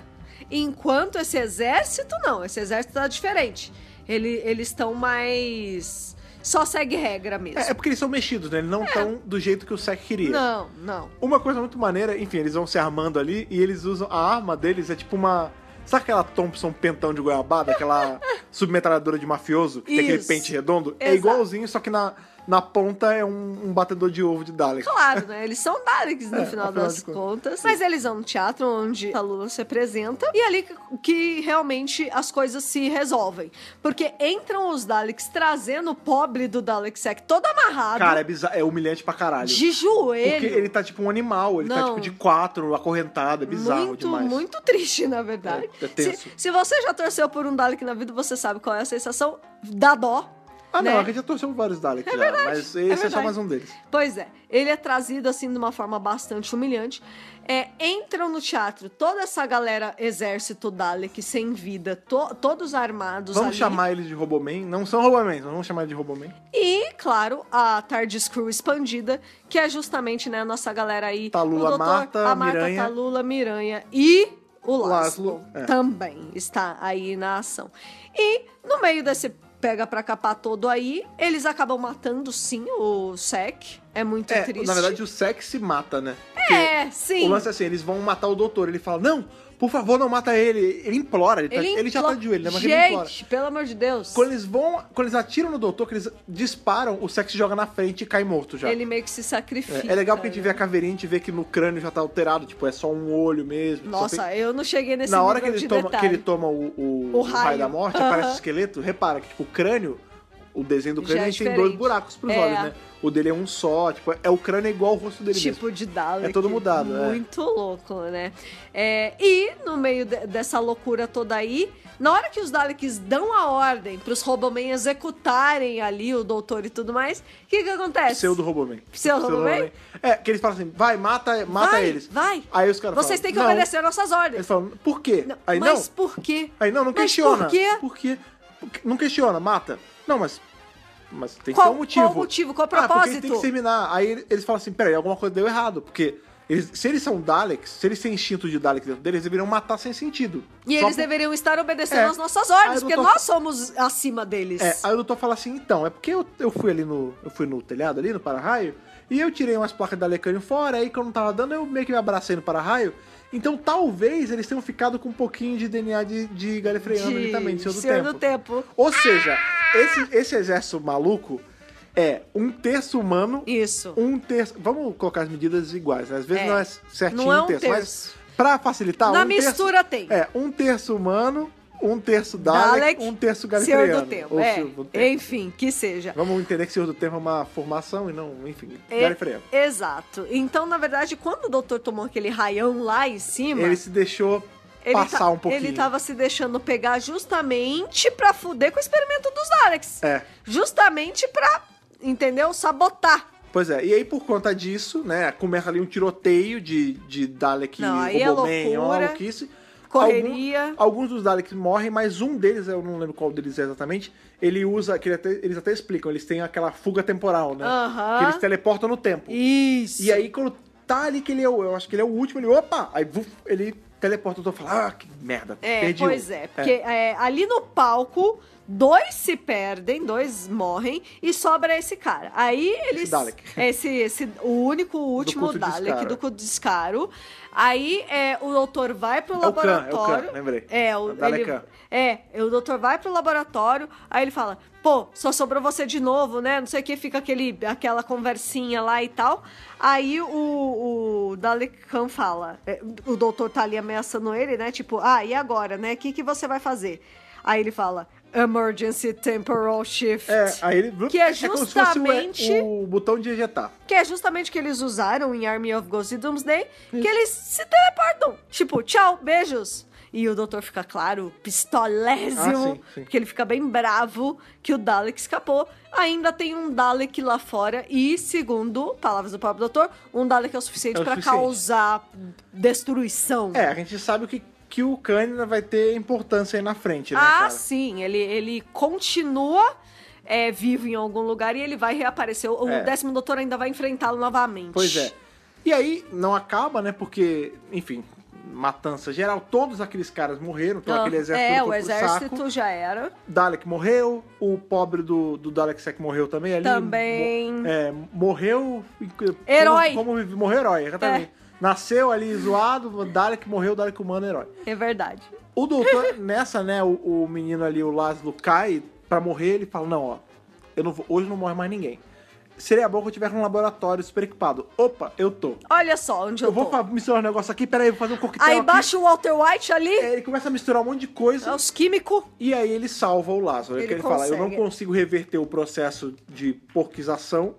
enquanto esse exército não, esse exército tá diferente. Ele- eles estão mais. Só segue regra mesmo.
É, é porque eles são mexidos, né? Eles não estão do jeito que o Sec queria.
Não, não.
Uma coisa muito maneira, enfim, eles vão se armando ali e eles usam. A arma deles é tipo uma. Sabe aquela Thompson pentão de goiabada? Aquela submetralhadora de mafioso? Que tem aquele
Isso.
pente redondo? É
Exato.
igualzinho, só que na, na ponta é um, um batedor de ovo de Dalek.
Claro, né? Eles são Daleks no
É,
final
afinal
das
de
contas. Mas eles vão no teatro onde a Lula se apresenta e é ali que- que realmente as coisas se resolvem. Porque entram os Daleks trazendo o pobre do Dalek Sec todo amarrado,
Cara, é, bizarro, é humilhante pra caralho.
de joelho.
Porque ele tá tipo um animal, ele tá
Não.
tipo de quatro, acorrentado, é bizarro
muito,
demais.
muito triste, na verdade.
É, é tenso.
Se, se você já torceu por um Dalek na vida, você sabe qual é a sensação da dó.
Ah, não,
né?
a gente já torceu vários Daleks já,
verdade,
mas
é
esse é, só
verdade.
mais um deles.
Pois é, ele é trazido assim de uma forma bastante humilhante. É, entram no teatro toda essa galera, exército Dalek sem vida, to- todos armados
Vamos
ali.
chamar eles de Roboman? Não são Roboman, vamos chamar eles de Roboman.
E, claro, a Tardes Crew expandida, que é justamente né, a nossa galera aí.
Talula
o doutor,
Tá Marta,
a Marta
Miranha.
Talula Miranha e o Laszlo,
Laszlo, é.
também está aí na ação. E no meio desse pega pra capar todo aí, eles acabam matando sim o Sec. É muito
É,
triste.
na verdade o Sec se mata, né?
é, sim.
O lance é assim, eles vão matar o doutor. Ele fala, não, por favor, não mata ele. Ele implora, ele, tá- ele já tá
implora-
de joelho, né? Mas
Gente,
ele implora.
pelo amor de Deus.
Quando eles vão, quando eles atiram no doutor, que eles disparam, o sexo joga na frente e cai morto já.
Ele meio que se sacrifica.
É, é legal porque a gente
né?
vê a caveirinha, a gente vê que no crânio já tá alterado, tipo, é só um olho mesmo. só
Nossa,
tem-
eu não cheguei nesse
Na hora que
nível
ele,
de
toma, que
detalhe.
ele toma o, o-
O
o raio.
raio.
da morte,
Aham.
aparece o esqueleto, repara que tipo, o crânio O desenho do
Já
crânio
é
ele tem
diferente.
dois buracos pros
É.
olhos, né? O dele é um só, tipo, é o crânio é igual ao rosto dele mesmo.
tipo de Dalek.
É todo mudado, é.
Muito louco, né? É, e no meio de- dessa loucura toda aí, na hora que os Daleks dão a ordem pros Robomen executarem ali o doutor e tudo mais, o que que acontece?
Pseudo Roboman.
Pseudo Roboman?
É, que eles falam assim, vai, mata, mata
vai,
eles.
Vai!
Aí os caras
Vocês
falam,
têm que
"Não."
obedecer nossas ordens.
Eles falam, por quê?
Não,
Aí
mas
não.
por quê?
Aí não, não
Mas
questiona.
por quê?
Por quê? Por quê? Não questiona, mata. Não, mas. Mas tem que
Qual-
ter um motivo.
qual o motivo? Qual o
Ah, porque tem
propósito?
que terminar. Aí ele- eles falam assim: peraí, alguma coisa deu errado. Porque eles- se eles são Daleks, se eles têm instinto de Dalek dentro deles, eles deveriam matar sem sentido.
E
Só
eles
por-
deveriam estar obedecendo
É.
às nossas ordens,
Aí eu
porque
tô-
nós somos acima deles.
É, aí o doutor fala assim, então, é porque eu, eu fui ali no. Eu fui no telhado ali, no para-raio, e eu tirei umas placas da Lecânio fora, aí quando tava dando, eu meio que me abracei no para-raio. Então talvez eles tenham ficado com um pouquinho de DNA de, de Galifreyano ali também, de Senhor do Tempo.
tempo.
Ou seja, esse, esse exército maluco é um terço humano,
Isso.
um terço. Vamos colocar as medidas iguais, né? Às vezes
É.
não é certinho
Não é um
um terço,
terço.
mas pra facilitar,
Na
um terço-
mistura tem.
é, um terço humano, um terço Dalek,
Dalek,
um terço galifreano.
Senhor do tempo.
Ou
é.
Senhor do Tempo.
Enfim, que seja.
Vamos entender que Senhor do Tempo é uma formação e não, enfim,
É,
galifreano.
Exato. Então, na verdade, quando o doutor tomou aquele raião lá em cima,
Ele se deixou
ele
passar
ta-
um pouquinho.
Ele tava se deixando pegar justamente pra fuder com o experimento dos Daleks.
É.
Justamente pra, entendeu? Sabotar.
Pois é, e aí por conta disso, né, começa ali um tiroteio de, de Dalek
Não, aí
e
é
Roboman,
loucura,
uma maluquice.
correria.
Alguns, alguns dos Daleks morrem, mas um deles, eu não lembro qual deles é exatamente, ele usa, que ele até- eles até explicam, eles têm aquela fuga temporal, né?
Aham.
Que eles teleportam no tempo.
Isso.
E aí, quando tá ali que ele é o. Eu acho que ele é o último, ele. Opa! Aí vuf, ele teleporta o doutor e fala: Ah, que merda!
É,
perdi
pois
um.
é, porque é, ali no palco, dois se perdem, dois morrem, e sobra esse cara. Aí eles.
Dalek.
Esse, esse- o único, o último
culto de
Dalek
Skara.
do culto de Descaro. Aí é, o doutor vai pro
o Khan, é o Khan,
laboratório.
lembrei.
É, o,
O Dalek
ele-
Khan.
é, o doutor vai pro laboratório, aí ele fala: pô, só sobrou você de novo, né? Não sei o que, fica aquele, aquela conversinha lá e tal. Aí o, o Dalek Khan fala: é, o doutor tá ali ameaçando ele, né? Tipo, ah, e agora, né? O que, que você vai fazer? Aí ele fala: Emergency Temporal Shift.
É, aí ele. vuf,
Que
como
é
se fosse o-
justamente-
o, botão de ejetar.
Que é justamente o que eles usaram em Army of Ghosts e Doomsday, que eles se teleportam. Tipo, tchau, beijos. E o doutor fica, claro, pistolésimo,
Ah, sim, sim.
porque ele fica bem bravo que o Dalek escapou. Ainda tem um Dalek lá fora e, segundo palavras do próprio doutor, um Dalek é o suficiente
É o
pra
suficiente.
causar destruição.
É, a gente sabe que, que o Khan ainda vai ter importância aí na frente, né?
ah,
cara?
sim, ele, ele continua é, vivo em algum lugar e ele vai reaparecer. O, o
É.
décimo doutor ainda vai enfrentá-lo novamente.
Pois é. E aí, não acaba, né? Porque, enfim, matança geral, todos aqueles caras morreram, então
Ah,
aquele exército
é,
foi
o
pro
exército
saco.
já era.
Dalek morreu, o pobre do, do Dalek Sec morreu também ali.
Também.
Mo- é, morreu.
Herói. É.
Como, como morreu herói, exatamente. Nasceu ali zoado, o Dalek morreu, o Dalek humano herói.
É verdade.
O doutor, nessa, né, o, o menino ali, o Laszlo, cai pra morrer, ele fala: Não, ó, eu não vou- hoje não morre mais ninguém. Seria bom que eu tivesse um laboratório super equipado. Opa, eu tô.
Olha só onde
Eu,
eu,
vou
tô.
fa- misturar um negócio aqui, peraí, vou fazer um coquetel.
Aí
aqui.
baixa o Walter White ali,
É, Ele começa a misturar um monte de coisa.
é os químicos.
E aí ele salva o Lázaro.
Ele
Ele, ele fala, eu não
consegue.
consigo reverter o processo de porquização,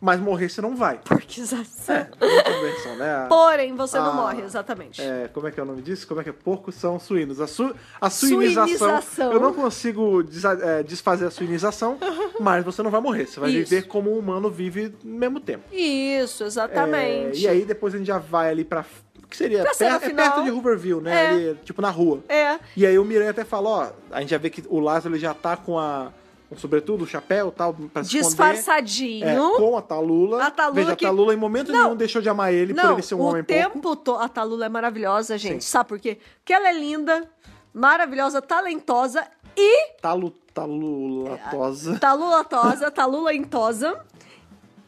mas morrer você não vai.
Porquização.
Não é conversão, né? A-
Porém, você não
Ah,
morre, exatamente.
é, como é que é o nome disso? Como é que é? Porcos são suínos. A, su, a suinização.
Suinização.
Eu não consigo desa- é, desfazer a suinização, mas você não vai morrer. Você vai
Isso.
viver como um humano vive no mesmo tempo.
Isso,
É,
exatamente.
e aí depois a gente já vai ali pra. Que seria?
Pra cena
per- é
final.
perto de Hooverville, né?
É.
Ali, tipo na rua.
É.
E aí o Miranha até fala, ó, a gente já vê que o Lázaro ele já tá com a. com, sobretudo, o chapéu e tal, pra se esconder.
Disfarçadinho.
É, com a Talula.
A Talula
Veja,
que-
a Talula em momento
Não.
nenhum deixou de amar ele por
Não,
ele ser um
o
homem pouco.
tempo todo. A Talula é maravilhosa, gente. Sabe por quê? Porque ela é linda, maravilhosa, talentosa e
Talu, talulatosa.
Tá talulatosa, talulentosa.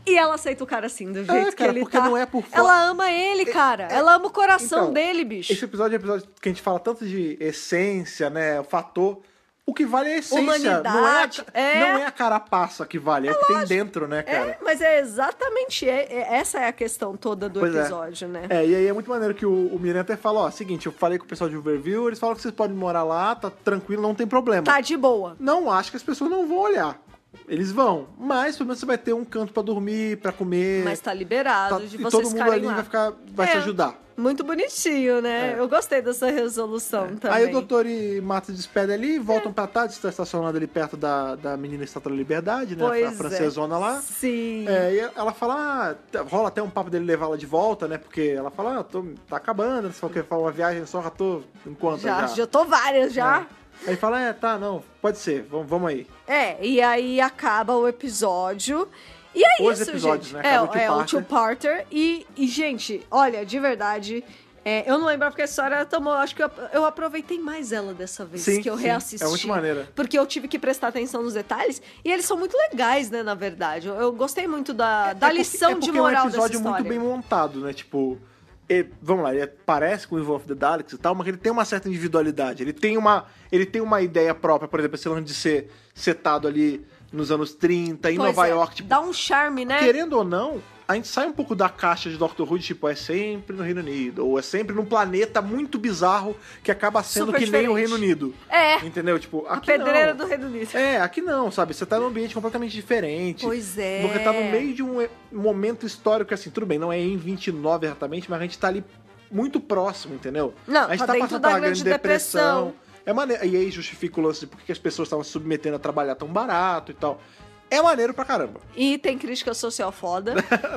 E ela aceita o cara assim, do jeito
Ah, cara,
que ele
porque
tá.
não é por fa-
Ela ama ele, cara. ela ama o coração
Então,
dele, bicho.
Esse episódio é um episódio que a gente fala tanto de essência, né? O fator. O que vale é a essência. não, é a,
Humanidade, é.
não é a carapaça que vale, é, o que tem dentro, né, cara?
É, mas é exatamente é- é- essa é a questão toda do
Pois é.
episódio, né?
É, e aí é muito maneiro que o, o Miranha até fala, ó, seguinte, eu falei com o pessoal de Overview, eles falam que vocês podem morar lá, tá tranquilo, não tem problema.
Tá de boa.
Não acho que as pessoas não vão olhar. Eles vão, mas pelo menos você vai ter um canto pra dormir, pra comer.
Mas tá liberado
tá-
de
e todo
vocês
mundo
ficarem
ali
lá.
vai ficar, vai
É.
te ajudar.
Muito bonitinho, né?
É.
Eu gostei dessa resolução também. É.
Aí o doutor e Marta se despedem ali, voltam pra tarde, está estacionado ali perto da, da menina Estátua da Liberdade, né?
Pois
a francesona
é.
lá.
Sim.
É, e ela fala, ah, tá- rola até um papo dele levá-la de volta, né? Porque ela fala, ah, tô, tá acabando, se for que for uma viagem só, já tô enquanto já.
já, já tá? tô várias já.
É. Aí fala, é, tá, não, pode ser, vamos, vamos aí.
É, e aí acaba o episódio. E é
Os
isso,
episódios,
gente.
né?
É,
Acaba o
é o
two-parter.
two-parter. E, e, gente, olha, de verdade, é, eu não lembro porque a história tomou. Acho que eu, eu aproveitei mais ela dessa vez,
Sim,
que eu
sim,
reassisti.
é muito maneira.
Porque eu tive que prestar atenção nos detalhes. E eles são muito legais, né, na verdade. Eu, eu gostei muito da, da
É porque-
lição
é porque
de moral
é um episódio
dessa história.
muito bem montado, né? Tipo, ele- vamos lá, ele é- parece com o Evil of the Daleks e tal, mas ele tem uma certa individualidade. Ele tem uma, ele tem uma ideia própria, por exemplo, esse lance de ser setado ali nos anos 30, em
Pois
Nova
é,
York. Tipo,
Dá um charme, né?
Querendo ou não, a gente sai um pouco da caixa de Doctor Who, de, tipo, é sempre no Reino Unido, ou é sempre num planeta muito bizarro que acaba sendo
Super
que nem o
diferente.
Reino Unido.
É.
Entendeu? Tipo,
A
aqui
pedreira
não.
do Reino Unido.
É, aqui não, sabe? Você tá num ambiente completamente diferente.
Pois é.
Porque tá no meio de um e- momento histórico, assim, tudo bem, não é em 29 exatamente, mas a gente tá ali muito próximo, entendeu?
Não,
a gente
tá
tá
dentro
passando
da
pela
Grande
Grande
Depressão.
Depressão. É maneiro. E aí justifica o lance de por que as pessoas estavam se submetendo a trabalhar tão barato e tal. É maneiro pra caramba.
E tem crítica social foda.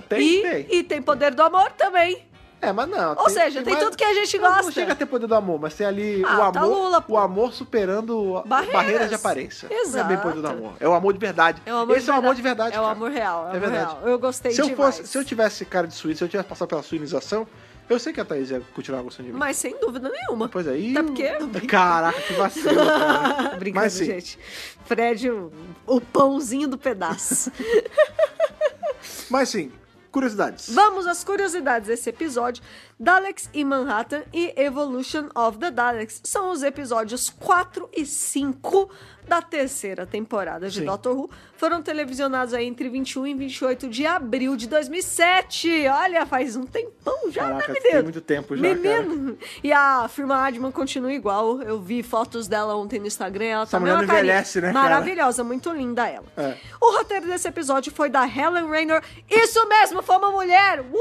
Tem,
e,
tem.
e tem poder do amor também.
É, mas não.
Ou seja, tem
mais-
tudo que a gente
não-
gosta.
Não É chega a ter poder do amor, mas tem ali
Ah,
o amor.
tá Lula, pô.
o amor superando a-
Barreiras.
barreiras, de aparência. Não é bem poder do
Exato.
amor. É o amor de verdade.
É o amor
Esse é o amor de verdade.
É o
cara.
amor real. É,
É
o amor
verdade.
real. Eu gostei
se eu
demais.
fosse, se eu tivesse cara de suíço, se eu tivesse passado pela suinização, eu sei que a Thaís ia continuar gostando de mim.
Mas sem dúvida nenhuma.
Pois é, e
Até
o-
porque-
Caraca, que vacilo, cara.
Brincando,
Mas sim,
gente. Fred, o, o pãozinho do pedaço.
mas sim, curiosidades.
Vamos às curiosidades desse episódio. Daleks em Manhattan e Evolution of the Daleks são os episódios 4 e 5 da terceira temporada de
Sim.
Doctor Who. Foram televisionados aí entre 21 e 28 de abril de 2007. Olha, faz um tempão já,
Caraca,
né,
tem
menino?
muito tempo já,
Menino! E a firma Adman continua igual. Eu vi fotos dela ontem no Instagram. Ela
Essa
tá
mulher
mesma
não
carinha.
envelhece, né, cara?
Maravilhosa, muito linda ela.
É.
O roteiro desse episódio foi da Helen Raynor. Isso mesmo, foi uma mulher! Uh!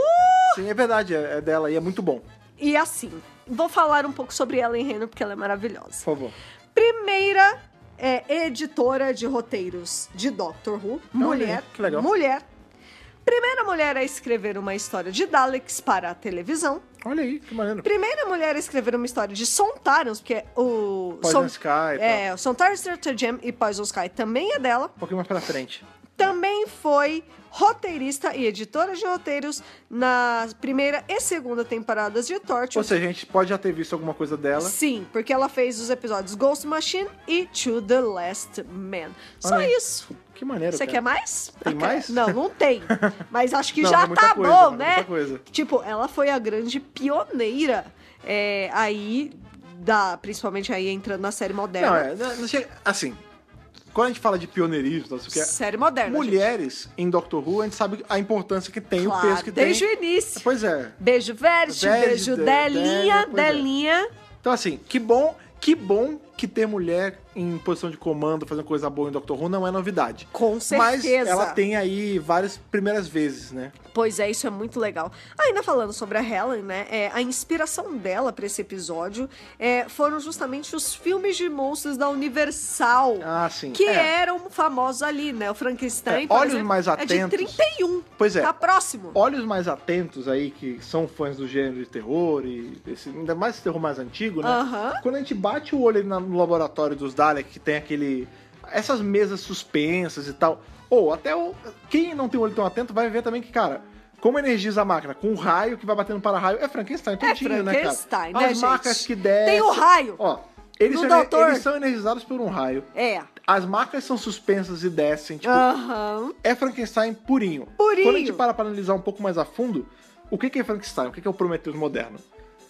Sim, é verdade, é é dela e é muito bom. Por
E assim, vou falar um pouco sobre Helen Raynor porque ela é maravilhosa.
favor.
Primeira é, editora de roteiros de Doctor Who, mulher.
que legal.
Mulher. Primeira mulher a escrever uma história de Daleks para a televisão.
Olha aí, que maneiro.
Primeira mulher a escrever uma história de Sontarans, porque o.
Poison Sky e tal.
É, o Sontarans Stratagem e Poison Sky também é dela.
Um pouquinho mais pra frente.
Também foi roteirista e editora de roteiros nas primeira e segunda temporadas de
Ou
Torture.
seja, a gente pode já ter visto alguma coisa dela.
Sim, porque ela fez os episódios Ghost Machine e To the Last Man. Só
aí.
isso.
Que maneiro.
Você
cara.
quer mais? Ah,
Tem mais?
Não, não tem. Mas acho que
Não,
já
é muita
tá
coisa,
bom,
é
né?
muita coisa.
Tipo, ela foi a grande pioneira é, aí, da, principalmente aí entrando na série moderna.
Não, é, não- não chega- assim, quando a gente fala de pioneirismo, não sei o que,
Série moderna.
mulheres em Doctor Who, a gente sabe a importância que tem,
gente.
o
Claro,
peso que
desde
tem.
o início.
Pois é.
Beijo, Verity.
Verity,
Beijo,
De-
Delinha.
Delia, pois é.
Delinha.
Então, assim, que bom, que bom que ter mulher em posição de comando, fazendo coisa boa em Doctor Who, não é novidade.
Com
Mas
certeza.
ela tem aí várias primeiras vezes, né?
Pois é, isso é muito legal. Ainda falando sobre a Helen, né? é, a inspiração dela pra esse episódio é, foram justamente os filmes de monstros da Universal.
Ah, sim.
Que
é.
eram famosos ali, né? O Frankenstein,
É,
por
olhos
exemplo,
mais
é de
atentos.
31.
Pois é.
Tá próximo.
Olhos mais atentos aí, que são fãs do gênero de terror, e esse- ainda mais esse terror mais antigo, né?
Aham.
Quando a gente bate o olho ali na- no laboratório dos Dalek, que tem aquele. essas mesas suspensas e tal. Ou até o. Quem não tem o olho tão atento vai ver também que, cara. Como energiza a máquina? Com um raio que vai batendo para raio. É Frankenstein, todinho,
Frankenstein,
né,
né,
cara? As marcas
gente?
que descem.
Tem o raio.
Ó, eles,
No
são, ener-
doutor.
eles são energizados por um raio.
É.
As marcas são suspensas e descem. Tipo,
Ah. Aham.
é Frankenstein purinho.
Purinho.
Quando a gente para pra analisar um pouco mais a fundo, o que que é Frankenstein? O que que é o Prometheus moderno?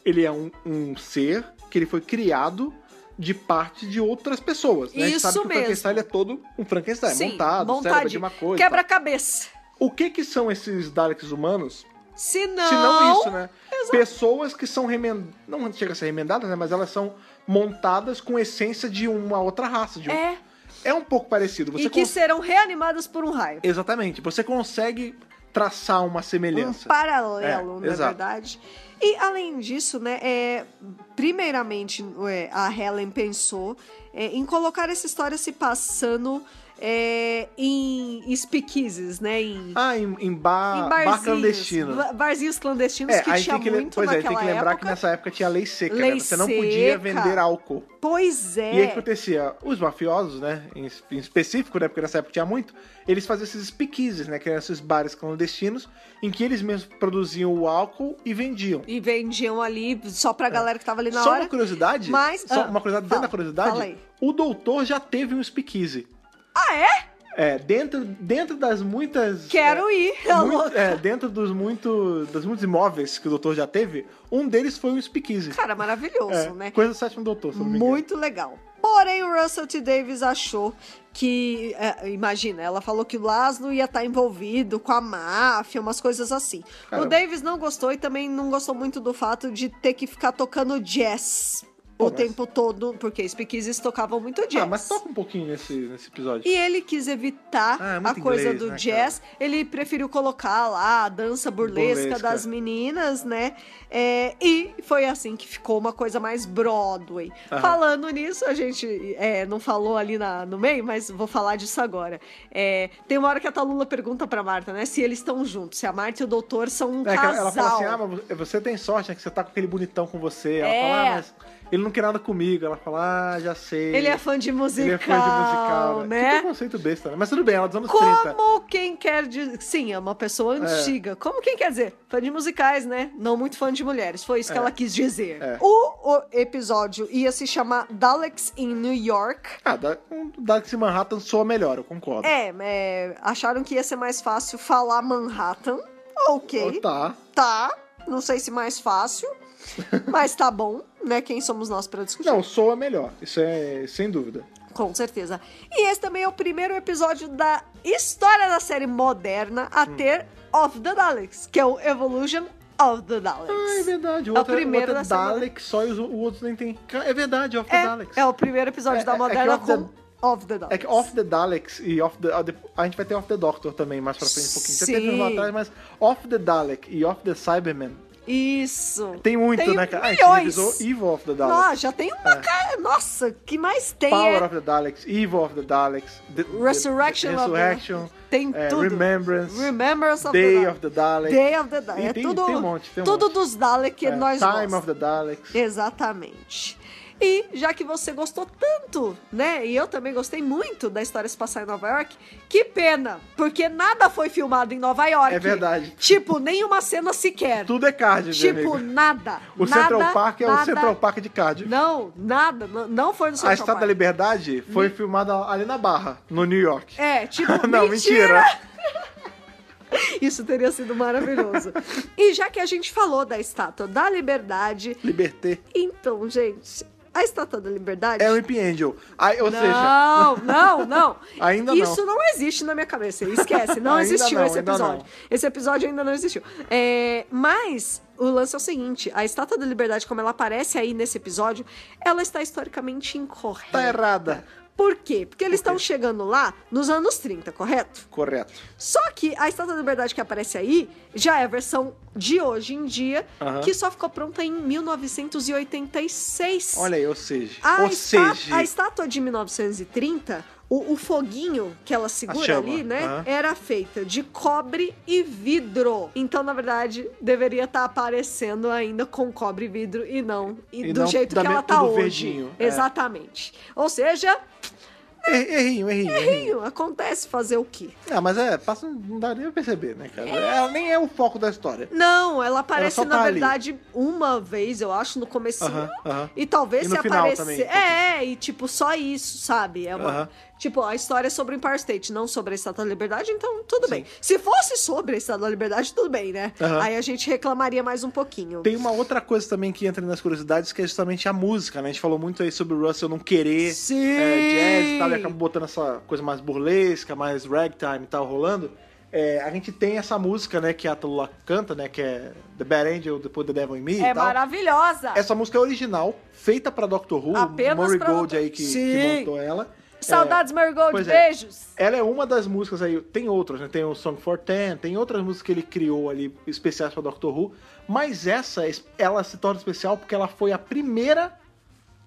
Ele é um, um ser que ele foi criado de parte de outras pessoas, né? A gente
Isso
sabe que
mesmo.
o Frankenstein ele é todo um Frankenstein,
Sim,
montado, cérebro de uma coisa.
Quebra-cabeça.
O que que são esses Daleks humanos?
Se não...
Se não isso, né?
Exato.
Pessoas que são remendadas, não chega a ser remendadas, né? Mas elas são montadas com essência de uma outra raça, de um
É.
é um pouco parecido. Você
e que
cons-
serão reanimadas por um raio.
Exatamente. Você consegue traçar uma semelhança.
Um paralelo,
É,
na
exato.
verdade. E além disso, né, é, primeiramente é, a Helen pensou é, em colocar essa história se passando é, em speakeasies, né, em,
Ah, em, em bar,
em
bar
barzinhos,
clandestino.
ba- barzinhos clandestinos
É,
que
aí
tinha
tem que, le-
muito
pois é, tem
naquela
que lembrar que
época.
nessa época tinha lei seca,
Lei
né? Você não podia
seca.
vender álcool.
Pois é.
E aí o que acontecia? Os mafiosos, né, em, es- em específico, né, porque nessa época tinha muito, eles faziam esses speakeasies, né, que eram esses bares clandestinos, em que eles mesmos produziam o álcool e vendiam.
E vendiam ali só pra galera que tava ali na
É. só
hora.
uma curiosidade,
mas-
só
ah,
uma curiosidade dentro
fala,
da curiosidade,
fala aí.
o doutor já teve um speakeasy.
Ah, é?
É, dentro, dentro das muitas...
Quero ir.
é, muito- é, dentro dos, muito, dos muitos imóveis que o doutor já teve, um deles foi um speakeasy.
Cara, maravilhoso,
É,
né?
Coisa do sétimo doutor, se eu não me engano.
Muito legal. Porém, o Russell T. Davis achou que. é, imagina, ela falou que o Laszlo ia estar envolvido com a máfia, umas coisas assim.
Cara,
o Davis não gostou e também não gostou muito do fato de ter que ficar tocando jazz
Pô,
o
mas-
tempo todo, porque os Speakeasies tocavam muito jazz.
Ah, mas toca um pouquinho nesse, nesse episódio.
E ele quis evitar
Ah, é
a
muito
coisa
inglês,
do
né,
jazz. Ele preferiu colocar lá a dança burlesca,
Burlesca.
das meninas, né? É, e foi assim que ficou uma coisa mais Broadway.
Aham.
Falando nisso, a gente é, não falou ali na- no meio, mas vou falar disso agora. É, tem uma hora que a Talula pergunta pra Marta, né? Se eles estão juntos, se a Marta e o doutor são um
É, que
casal.
ela- ela fala assim: ah, mas você tem sorte, né? Que você tá com aquele bonitão com você. Ela
É.
fala, ah, mas ele não quer nada comigo. Ela fala, ah, já sei.
Ele é fã de musical,
Ele é fã de musical,
né?
Que conceito besta, né? Mas tudo bem, ela é dos anos 30.
Como quem quer dizer. Sim, é uma pessoa antiga. Como quem quer dizer? Fã de musicais, né? Não muito fã de mulheres. Foi isso que
É.
ela quis dizer.
É.
O, o episódio ia se chamar Daleks in New York.
Ah, da- um Dark Manhattan soa melhor, eu concordo.
É, é, acharam que ia ser mais fácil falar Manhattan.
Oh,
Ok.
tá.
Tá. Não sei se mais fácil, mas tá bom, né? Quem somos nós pra discutir?
Não, soa melhor. Isso é sem dúvida.
Com certeza. E esse também é o primeiro episódio da história da série moderna a
Hum.
ter Of the Daleks, que é o Evolution of the
Ah, é
Daleks.
verdade. O
É o
outro é, o
primeiro
outro é
da segunda.
Dalek, só e os o outro nem tem. É verdade, Off the Daleks.
é, é o primeiro episódio
É, é
da
que
moderna
Of the-
com Of the Daleks.
É que Off the Daleks e Off the. A gente vai ter Off the Doctor também mais pra frente um pouquinho. Já teve
Sim.
um lá atrás, mas Off the Dalek e Off the Cyberman.
Isso.
Tem muito,
Tem
né, cara? Ah, a gente
milhões.
revisou Evil of the Daleks. É.
Nossa, já tem uma cara. Nossa, que mais tem?
Power
é-
of the Daleks, Evil of the Daleks, the, the-
Resurrection of the-
Resurrection,
Tem
é,
tudo.
Remembrance,
Remembrance of
Day
the
of the Daleks.
Day of the Daleks.
E
É
tem-
tudo,
tem um monte, tem um
tudo
monte.
dos Daleks que
é,
nós É.
Time
gostamos.
of the Daleks.
Exatamente. E já que você gostou tanto, né? E eu também gostei muito da história se passar em Nova York, que pena, porque nada foi filmado em Nova York.
É verdade.
Tipo, nenhuma cena sequer.
Tudo é card, meu
tipo,
amigo.
nada.
O
nada,
Central Park é
nada,
o Central Park de card.
Não, nada. n- Não foi no
a
Central
Estátua
Park. Hum.
da Liberdade foi filmada ali na Barra, no New York.
É, tipo,
Não,
mentira. Isso teria sido maravilhoso. e já que a gente falou da Estátua da Liberdade,
Liberté.
então, gente, a Estátua da Liberdade...
É o Imp Angel. Aí, ou seja,
Não, não, não.
Ainda não.
Isso não. existe na minha cabeça. Esquece, não
Ainda
existiu
não,
esse
ainda
episódio.
não.
Esse episódio ainda não existiu. É, mas o lance é o seguinte: a Estátua da Liberdade, como ela aparece aí nesse episódio, ela está historicamente incorreta.
tá errada.
Por quê? Porque eles
Por quê?
estão chegando lá nos anos 30, correto?
Correto.
Só que a Estátua da Liberdade que aparece aí já é a versão de hoje em dia,
Aham.
que só ficou pronta em 1986.
Olha aí, ou seja.
A,
ou
Ah, está-
seja.
a estátua de 1930, o, o foguinho que ela segura
chama,
ali, né?
aham.
Era feita de cobre e vidro. Então, na verdade, deveria estar aparecendo ainda com cobre e vidro e não e
E
do
não
jeito
da
que
me-
ela tá
tudo
hoje.
verdinho, é.
Exatamente. Ou seja,
Er- Errinho, errinho, errinho.
acontece fazer o quê?
Ah, mas é, passa, não dá nem pra perceber, né, cara? Ela nem é o foco da história.
Não, ela aparece,
só
na
tá ali.
verdade, uma vez, eu acho, no comecinho.
Aham, aham.
E talvez
E no
se
final
aparecer.
também, então.
É, e tipo, só isso, sabe? É uma-
Aham.
Tipo, a história é sobre o Empire State, não sobre a Estátua da Liberdade, então tudo
Sim.
bem. Se fosse sobre a Estátua da Liberdade, tudo bem, né?
Aham.
Aí a gente reclamaria mais um pouquinho.
Tem uma outra coisa também que entra nas curiosidades, que é justamente a música, né? A gente falou muito aí sobre o Russell não querer
Sim!
é, jazz e tal, ele acabou botando essa coisa mais burlesca, mais ragtime e tal rolando. É, a gente tem essa música, né, que a Talula canta, né, que é The Bad Angel, depois The Devil in Me
É
e tal.
maravilhosa!
Essa música é original, feita pra Doctor Who,
Apenas
Murray
pra
Gold
Doctor-
aí que, que
Sim.
montou ela.
Saudades, Marigold,
Pois é.
beijos.
Ela é uma das músicas aí, tem outras, né? Tem o Song for Ten, tem outras músicas que ele criou ali especiais pra Doctor Who, mas essa, ela se torna especial porque ela foi a primeira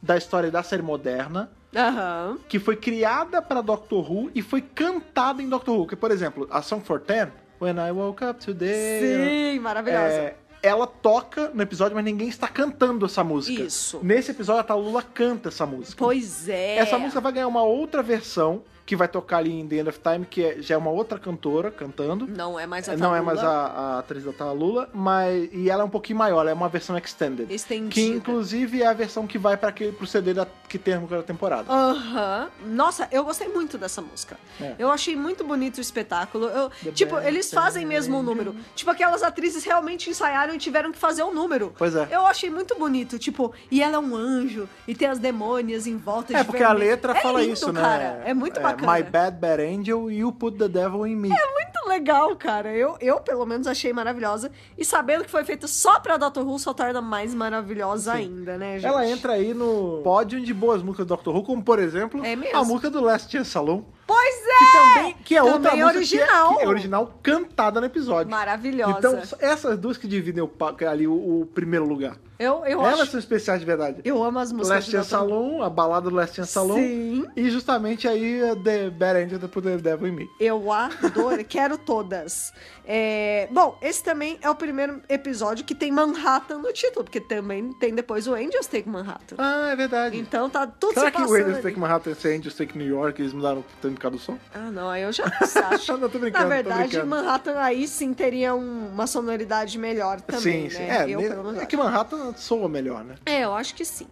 da história da série moderna
Aham.
que foi criada pra Doctor Who e foi cantada em Doctor Who. Que, por exemplo, a Song for Ten, When I Woke Up Today...
Sim, maravilhosa.
É, ela toca no episódio, mas ninguém está cantando essa música.
Isso.
Nesse episódio, a Talula canta essa música.
Pois é.
Essa música vai ganhar uma outra versão que vai tocar ali em The End of Time, que é- já é uma outra cantora cantando.
não é mais a
Não é mais
Talula.
a, a atriz da Talula, mas e ela é um pouquinho maior, ela é uma versão extended.
Estendida.
Que inclusive é a versão que vai para pro CD da, que tem na temporada.
Aham. Nossa, eu gostei muito dessa música.
É.
Eu achei muito bonito o espetáculo. Eu-
The
tipo,
band
eles fazem mesmo o número. Tipo, aquelas atrizes realmente ensaiaram e tiveram que fazer o número.
Pois é.
Eu achei muito bonito. Tipo, e ela é um anjo e tem as demônias em volta
É,
de
porque a
vermelho.
letra
É
fala
lindo,
isso, né?
cara. É muito bacana. É
My bad, bad angel, you put the devil in me.
Muito legal, cara. Eu, eu, pelo menos, achei maravilhosa. E sabendo que foi feito só pra Doctor Who, só torna mais maravilhosa ainda, né, gente?
Ela entra aí no pódio de boas músicas do Doctor Who, como por exemplo
É mesmo.
a música do Last Chance Saloon,
Pois
que
é!
também que é outra
Também
música
original.
Que é, que é original cantada no episódio.
Maravilhosa.
Então essas duas que dividem o pa- ali o, o primeiro lugar,
eu, eu,
elas
acho,
são especiais de verdade.
eu amo as músicas
Last
de
Chance
Doctor Who.
Saloon, a balada do Last Chance Saloon
Sim.
e justamente aí a The Bad Angel to Put the Devil in Me.
Eu adoro, quero todas. É, bom, esse também é o primeiro episódio que tem Manhattan no título, porque também tem depois o Angels Take Manhattan.
Ah, é verdade.
Então tá tudo
Será
se
que o
passando.
Angels
ali.
Take Manhattan e Angels Take New York eles mudaram o tempo do som?
Ah, não, aí eu já não sei, acho.
Não, tô brincando,
Na
tô
verdade,
brincando.
Manhattan aí sim teria um- uma sonoridade melhor também,
sim,
né?
sim. É,
eu,
ne-
pelo menos,
é
acho.
que Manhattan soa melhor, né?
É, eu acho que sim.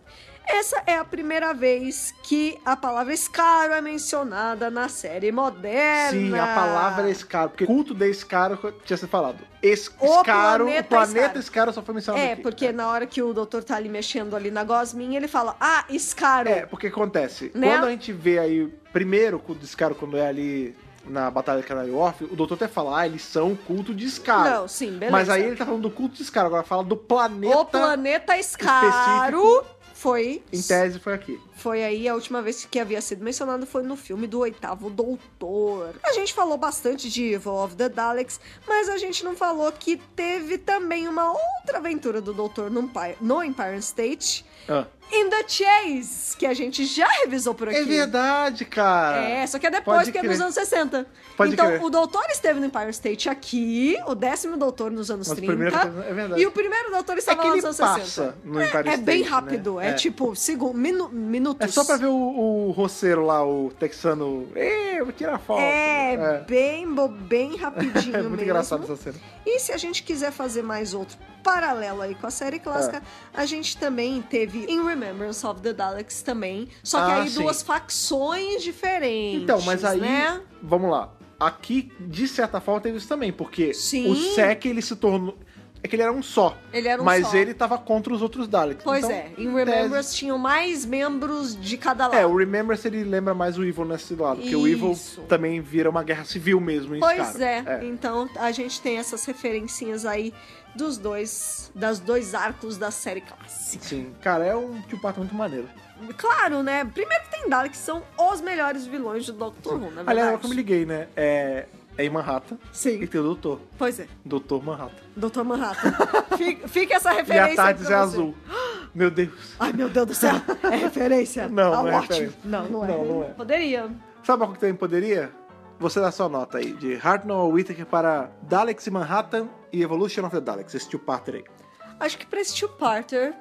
Essa é a primeira vez que a palavra Scar é mencionada na série moderna.
Sim, a palavra é escaro, porque culto de escaro tinha sido falado.
O
Escaro, o
planeta
planeta,
Escaro.
escaro só foi mencionado
É,
aqui. né?
porque na hora que o doutor tá ali mexendo ali na gosminha, ele fala, ah, escaro.
É, porque acontece,
Né?
quando a gente vê aí, primeiro, culto de escaro, quando é ali na Batalha de Canário Orf, o doutor até fala, ah, eles são culto de escaro.
Não, sim, beleza.
Mas aí ele tá falando do culto de escaro, agora fala do planeta,
O planeta escaro foi...
em tese foi aqui.
Foi aí a última vez que havia sido mencionado foi no filme do Oitavo Doutor. A gente falou bastante de Evil of the Daleks, mas a gente não falou que teve também uma outra aventura do Doutor no Empire, no Empire State,
Ah.
In the Chase, que a gente já revisou por aqui.
É verdade, cara.
É, só que é depois,
Pode
que é
crer.
nos anos 60.
Pode
então,
crer.
o doutor esteve no Empire State aqui, o décimo doutor nos anos
Mas o
30.
primeiro doutor- é verdade.
E o primeiro doutor
É
estava
que
lá
ele
nos anos
passa
60.
no Empire
é
State,
bem rápido,
né?
é, tipo segundo, minu, minutos.
É só pra ver o, o roceiro lá, o texano. Ê, eu vou tirar foto.
É, bem, bo- bem rapidinho
né? É muito
mesmo.
engraçado essa cena.
E se a gente quiser fazer mais outro paralelo aí com a série clássica,
É.
a gente também teve In Remembrance of the Daleks também, só que
Ah,
aí
sim.
duas facções diferentes,
Então, mas aí,
né?
vamos lá. Aqui, de certa forma, teve isso também, porque
Sim.
o Sec, ele se tornou... É que ele era um só.
Ele era um
mas
só.
ele tava contra os outros Daleks.
Pois
Então,
é, em
tese-
Remembrance tinham mais membros de cada lado.
É, o Remembrance, ele lembra mais o Evil nesse lado. Porque o Evil
Isso.
também vira uma guerra civil mesmo em
pois
Scarab.
é. então a gente tem essas referencinhas aí dos dois, das dois arcos da série clássica.
Sim. Cara, é um tio Pato muito maneiro.
Claro, né? Primeiro tem Daleks que são os melhores vilões do Doctor Who, na verdade.
Aliás, agora que eu me liguei, né? É, é em Manhattan.
Sim.
E tem o Doutor.
Pois é,
Doutor Manhattan.
Dr. Manhattan. Fica, fica essa
E
referência
a
aí
Tardes
pra
é
você.
azul. Meu Deus.
Ai, meu Deus do céu. É referência
Não,
ao
não é
Watchmen.
referência.
Não, não é.
Não, não é.
Poderia.
Sabe qual que também poderia? Você dá sua nota aí, de Hartnell ou Whittaker para Daleks e Manhattan e Evolution of the Daleks, esse tio Parter aí.
Acho que pra esse tio Parter,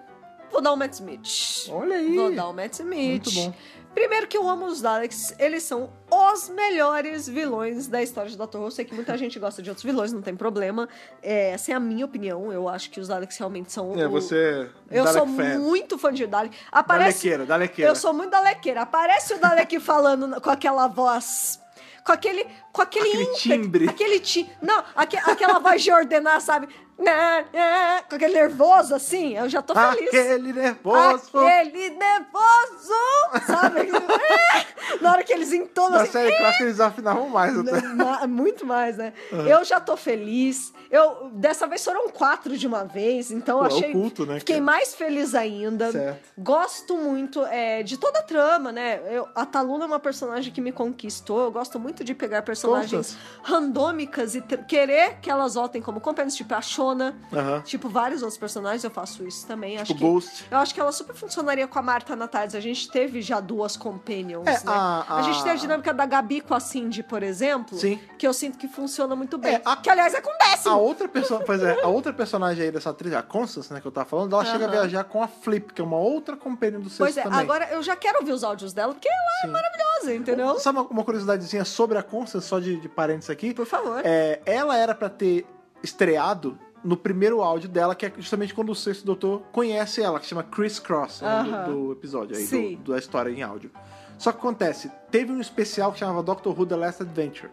vou dar o Matt Smith.
Olha aí.
Vou dar o Matt Smith.
Muito bom.
Primeiro que eu amo os Daleks, eles são os melhores vilões da história de Dr. Who. Eu sei que muita gente gosta de outros vilões, não tem problema. É, essa é a minha opinião. Eu acho que os Daleks realmente são
É,
o-
você é
Eu
Dalek
sou
fan.
muito fã de Dalek. Aparece...
Dalequeira, dalequeira.
Eu sou muito Dalequeira. Aparece o Dalek falando com aquela voz... Com aquele, com aquele,
Aquele
ímpeto,
timbre.
Aquele ti, não, aque- aquela voz de ordenar, sabe? né, né, com aquele nervoso assim, eu já tô feliz.
Aquele nervoso.
Aquele nervoso, sabe? Aquele- Na hora que eles entonam
Na
assim,
série clássica eles afinavam mais. né? até.
Ma- Muito mais, né?
É.
Eu já tô feliz. Eu, dessa vez foram quatro de uma vez, então
Pô, é o
achei.
culto, né,
Fiquei
que-
mais feliz ainda.
Certo.
Gosto muito é, de toda a trama, né? Eu, a Talula é uma personagem que me conquistou. Eu gosto muito de pegar personagens randômicas e ter- querer que elas voltem como companheiros, tipo a Shona,
Aham. Tipo
tipo vários outros personagens. Eu faço isso também. acho
O
que,
Ghost.
eu acho que ela super funcionaria com a Marta Natales. A gente teve já duas companions,
É,
né?
a-
A...
a-
gente tem a dinâmica da Gabi com a Cindy, por exemplo.
Sim.
Que eu sinto que funciona muito bem.
É, a-
Que, aliás, é com
A
décimo.
outra, perso... pois é, a outra personagem aí dessa atriz, a Constance, né, que eu tava falando, ela chega a
Aham.
viajar com a Flip, que é uma outra companheira do sexto
Pois é,
também.
agora eu já quero ouvir os áudios dela, porque ela
Sim.
é maravilhosa, entendeu?
Sabe uma, uma curiosidadezinha sobre a Constance, só de, de parênteses aqui?
Por favor.
É, ela era pra ter estreado no primeiro áudio dela, que é justamente quando o sexto doutor conhece ela, que chama Chris Cross, é o nome
Aham.
do, do episódio aí,
Sim.
do- da história em áudio. Só que acontece, teve um especial que chamava Doctor Who The Last Adventure,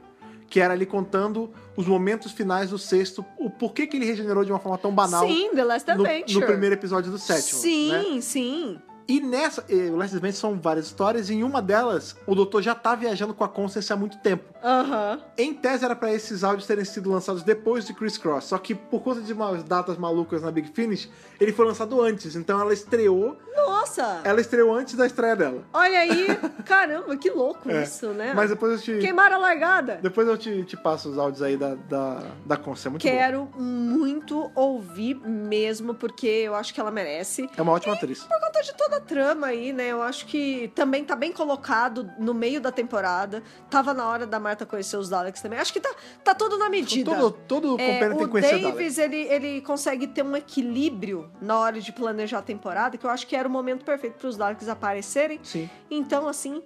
que era ali contando os momentos finais do sexto, o porquê que ele regenerou de uma forma tão banal
Sim, The Last
no,
Adventure.
no primeiro episódio do sétimo. né?
Sim, sim.
E nessa, eh, o Last Adventure são várias histórias, e em uma delas, o doutor já tá viajando com a consciência há muito tempo.
Aham.
Em tese era pra esses áudios terem sido lançados depois de Chris Cross, só que por conta de umas datas malucas na Big Finish, ele foi lançado antes, então ela estreou,
Nossa!
ela estreou antes da estreia dela.
Olha aí, caramba, que louco
É,
isso, né?
Mas depois eu te,
Queimaram a largada.
depois eu te, te passo os áudios aí da, da, da Constance, é muito bom.
Quero muito ouvir mesmo, porque eu acho que ela merece.
É uma ótima atriz.
Por conta de toda a trama aí, né? Eu acho que também tá bem colocado no meio da temporada. Tava na hora da Marta conhecer os Daleks também. Acho que tá, tá tudo na medida.
Todo, todo
É,
companheiro tem
o
que conhecer dela.
Davis, ele, ele consegue ter um equilíbrio na hora de planejar a temporada, que eu acho que era o momento perfeito para os Daleks aparecerem.
Sim.
Então, assim,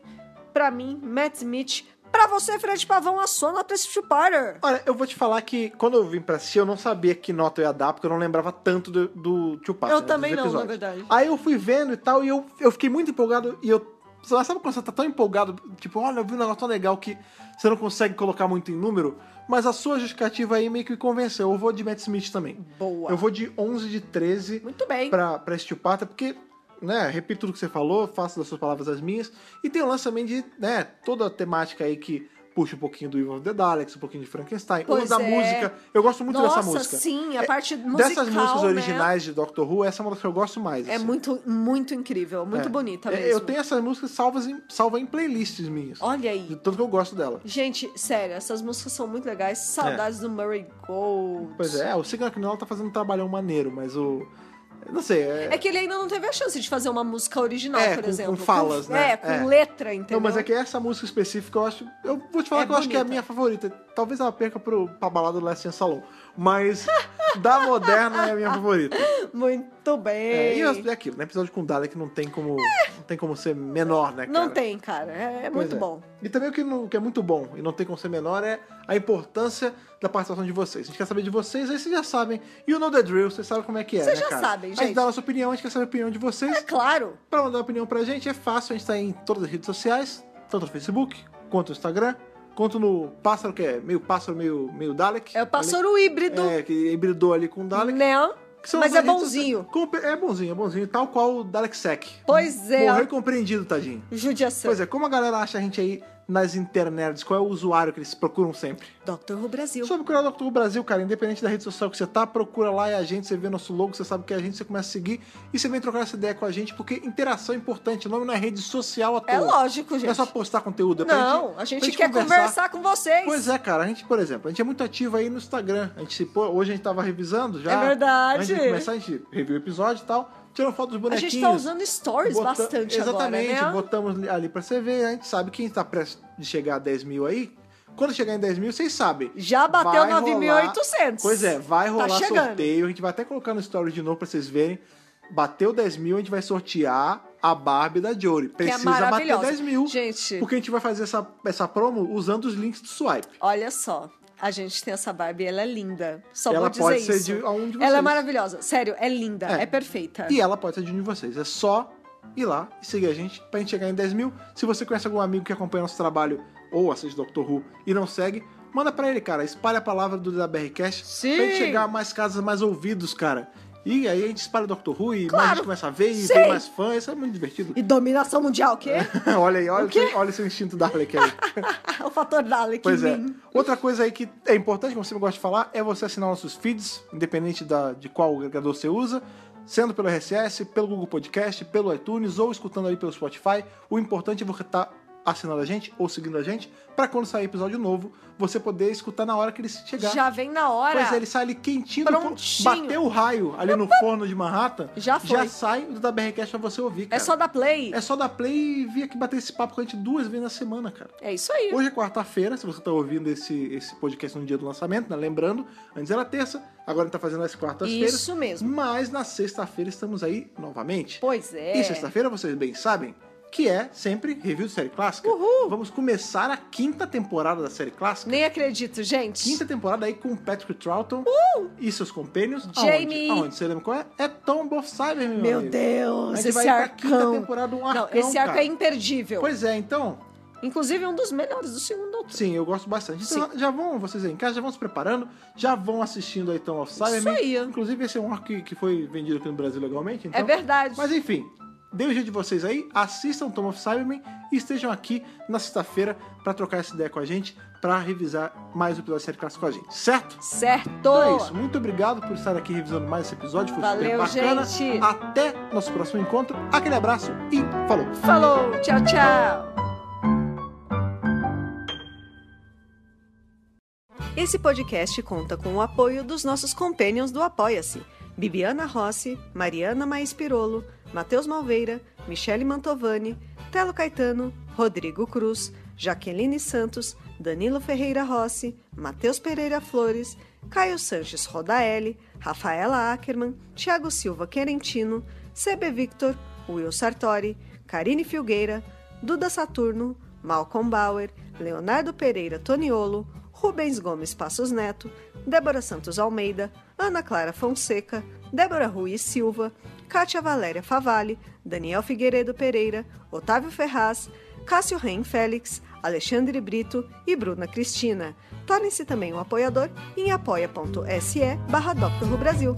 pra mim, Matt Smith. Pra você, Fred Pavão, a sua nota Steve Potter.
Olha, eu vou te falar que quando eu vim pra assistir, eu não sabia que nota eu ia dar, porque eu não lembrava tanto do, do Tio Passo.
Eu
né,
também
dos
não, na
episódios.
verdade.
Aí eu fui vendo e tal, e eu, eu fiquei muito empolgado, e eu... sei lá, Sabe quando você tá tão empolgado, tipo, olha, eu vi um negócio tão legal que você não consegue colocar muito em número? Mas a sua justificativa aí meio que me convenceu. Eu vou de Matt Smith também.
Boa.
Eu vou de 11 de 13
Muito bem.
pra, pra este pata, porque, né, repito tudo que você falou, faço das suas palavras as minhas. E tem o lance também de, né, toda a temática aí que puxa um pouquinho do Evil of the Daleks, um pouquinho de Frankenstein,
Pois
ou da
é.
música. Eu gosto muito
Nossa,
dessa música.
sim, a
É,
parte musical,
Dessas músicas
né?
originais de Doctor Who, essa é uma das que eu gosto mais.
É
assim.
muito, muito incrível, muito
É.
bonita
É,
mesmo.
Eu tenho essas músicas salvas em, salva em playlists minhas.
Olha
De
aí.
tanto que eu gosto dela.
Gente, sério, essas músicas são muito legais. Saudades do Murray Gold.
É. Pois é, o Signal Criminal tá fazendo um trabalhão maneiro, mas o... eu Não sei, é...
É que ele ainda não teve a chance de fazer uma música original,
É,
por
com-
exemplo.
com falas, né?
É, com
É.
letra, entendeu?
Não, mas é que essa música específica eu acho. Eu vou te falar
É
que eu acho que é a
bonita.
minha favorita. Talvez ela perca pro, pra balada do Last Chance Salon. Mas da moderna é a minha favorita.
Muito bem.
É, e eu- é aquilo, né? Episódio com Dalek não tem como. Não tem como ser menor, né? Cara?
Não tem, cara. É, é
Pois
muito
é.
bom.
E também o que, não- que é muito bom e não tem como ser menor é a importância da participação de vocês. A gente quer saber de vocês, aí vocês já sabem. E o Know The Drill, vocês sabem como é que é,
Vocês
né,
já
cara?
sabem,
A
gente.
gente dá a nossa opinião, a gente quer saber a opinião de vocês.
É claro.
Pra mandar opinião pra gente é fácil, a gente tá em todas as redes sociais, tanto no Facebook, quanto no Instagram, quanto no pássaro, que é meio pássaro, meio, meio Dalek.
É o pássaro híbrido,
Ali, é, que hibridou ali com o Dalek.
né?
que são
Mas
as
é
redes
bonzinho.
sociais- com- é bonzinho, é bonzinho, tal qual o Dalek Sec.
Pois é.
Morreu compreendido, tadinho.
Judiação.
Pois é, como a galera acha a gente aí nas internets, qual é o usuário que eles procuram sempre?
Dr. Who Brasil.
Só procurar o Dr. Who Brasil, cara, independente da rede social que você tá, procura lá e a gente, você vê nosso logo, você sabe que é a gente, você começa a seguir e você vem trocar essa ideia com a gente, porque interação é importante, o nome não é rede social à toa.
É lógico, gente.
Não é só postar conteúdo, é pra
Não, a gente
pra gente
quer conversar. com vocês.
Pois é, cara, a gente, por exemplo, a gente é muito ativo aí no Instagram. A gente se pô, hoje a gente tava revisando já.
É verdade.
Antes de começar, a gente reviu o episódio e tal, tirou foto dos
A
bonequinhos.
gente tá usando stories
Bota-
bastante
Exatamente,
agora, né?
botamos ali pra você ver, a gente sabe quem tá prestes de chegar a 10 mil aí. Quando chegar em 10 mil, vocês sabem.
Já bateu
Vai rolar-
9.800.
Pois é, vai rolar
Tá chegando.
sorteio. A gente vai até colocar no story de novo pra vocês verem. Bateu 10 mil, a gente vai sortear a Barbie da Jory.
Que é
Precisa bater
maravilhosa.
10 mil.
Gente,
Porque a gente vai fazer essa, essa promo usando os links do swipe.
olha só. A gente tem essa Barbie, ela é linda. Só vou
ela
dizer
pode
isso.
ser de a um de vocês.
Ela é maravilhosa. Sério, é linda. É,
É.
perfeita.
E ela pode ser de um de vocês. É só ir lá e seguir a gente pra gente chegar em 10 mil. Se você conhece algum amigo que acompanha nosso trabalho ou assiste Doctor Who e não segue, Manda pra ele, cara. Espalha a palavra do DaBRCast
Sim.
pra gente chegar a mais casas, mais ouvidos, cara. E aí a gente espalha o Doctor Who e mais
Claro.
gente começa a ver e
Sim.
tem mais fãs. Isso é muito divertido.
E dominação mundial, o quê?
olha aí, olha,
O quê?
seu- olha o seu instinto da Arlequim aí.
o fator Dalek
Pois
em
é.
mim.
Outra coisa aí que é importante, que eu sempre gosto de falar, é você assinar nossos feeds, independente da, de qual agregador você usa, sendo pelo RSS, pelo Google Podcast, pelo iTunes ou escutando ali pelo Spotify. O importante é você estar assinando a gente ou seguindo a gente, para quando sair episódio novo, você poder escutar na hora que ele chegar.
Já vem na hora.
Pois é, ele sai ali quentinho, do forno,
Prontinho.
bateu o raio ali no forno de Manhattan,
Já foi.
já sai do WRCast pra você ouvir,
É
cara.
só dar play.
É só dar play e vir aqui bater esse papo com a gente duas vezes na semana, cara.
É isso aí.
Hoje é quarta-feira, se você está ouvindo esse, esse podcast no dia do lançamento, né? Lembrando, antes era terça, agora a gente tá fazendo as quartas-feiras.
Isso mesmo.
Mas na sexta-feira estamos aí novamente.
Pois é.
E sexta-feira, vocês bem sabem, que é sempre review de série clássica.
Uhul.
Vamos começar a quinta temporada da série clássica.
Nem acredito, gente.
Quinta temporada aí com Patrick Troughton e seus companheiros.
Uh! Jamie.
Aonde? Aonde? Você lembra qual é? É Tom Borsimer, meu,
Meu
amigo. A
Deus,
gente
esse
vai pra quinta
arcão.
temporada, um
Não,
arcão,
esse arco
cara.
é imperdível.
Pois é, então,
Inclusive, um dos melhores do segundo doutor.
Sim, eu gosto bastante. Então, já vão vocês aí em casa, já vão se preparando, já vão assistindo aí Tom of
Isso
Cyberman.
aí.
Inclusive, esse é um arco que, que foi vendido aqui no Brasil legalmente. Então...
É verdade.
Mas enfim, dê o jeito de vocês aí, assistam Tom of Cyberman e estejam aqui na sexta-feira pra trocar essa ideia com a gente, pra revisar mais o episódio da série clássica com a gente, certo?
Certo.
Então é isso. Muito obrigado por estar aqui revisando mais esse episódio. Foi super
Valeu,
bacana.
gente.
Até nosso próximo encontro. Aquele abraço e falou!
Falou, tchau, tchau. Esse podcast conta com o apoio dos nossos companions do Apoia-se: Bibiana Rossi, Mariana Maes Pirolo, Matheus Malveira, Michele Mantovani, Telo Caetano, Rodrigo Cruz, Jaqueline Santos, Danilo Ferreira Rossi, Matheus Pereira Flores, Caio Sanches Rodaelli, Rafaela Ackerman, Thiago Silva Querentino, CB Victor, Will Sartori, Karine Filgueira, Duda Saturno, Malcolm Bauer, Leonardo Pereira Toniolo, Rubens Gomes Passos Neto, Débora Santos Almeida, Ana Clara Fonseca, Débora Rui Silva, Kátia Valéria Favalli, Daniel Figueiredo Pereira, Otávio Ferraz, Cássio Reim Félix, Alexandre Brito e Bruna Cristina. Torne-se também um apoiador em apoia.se barra Dr. Who Brasil.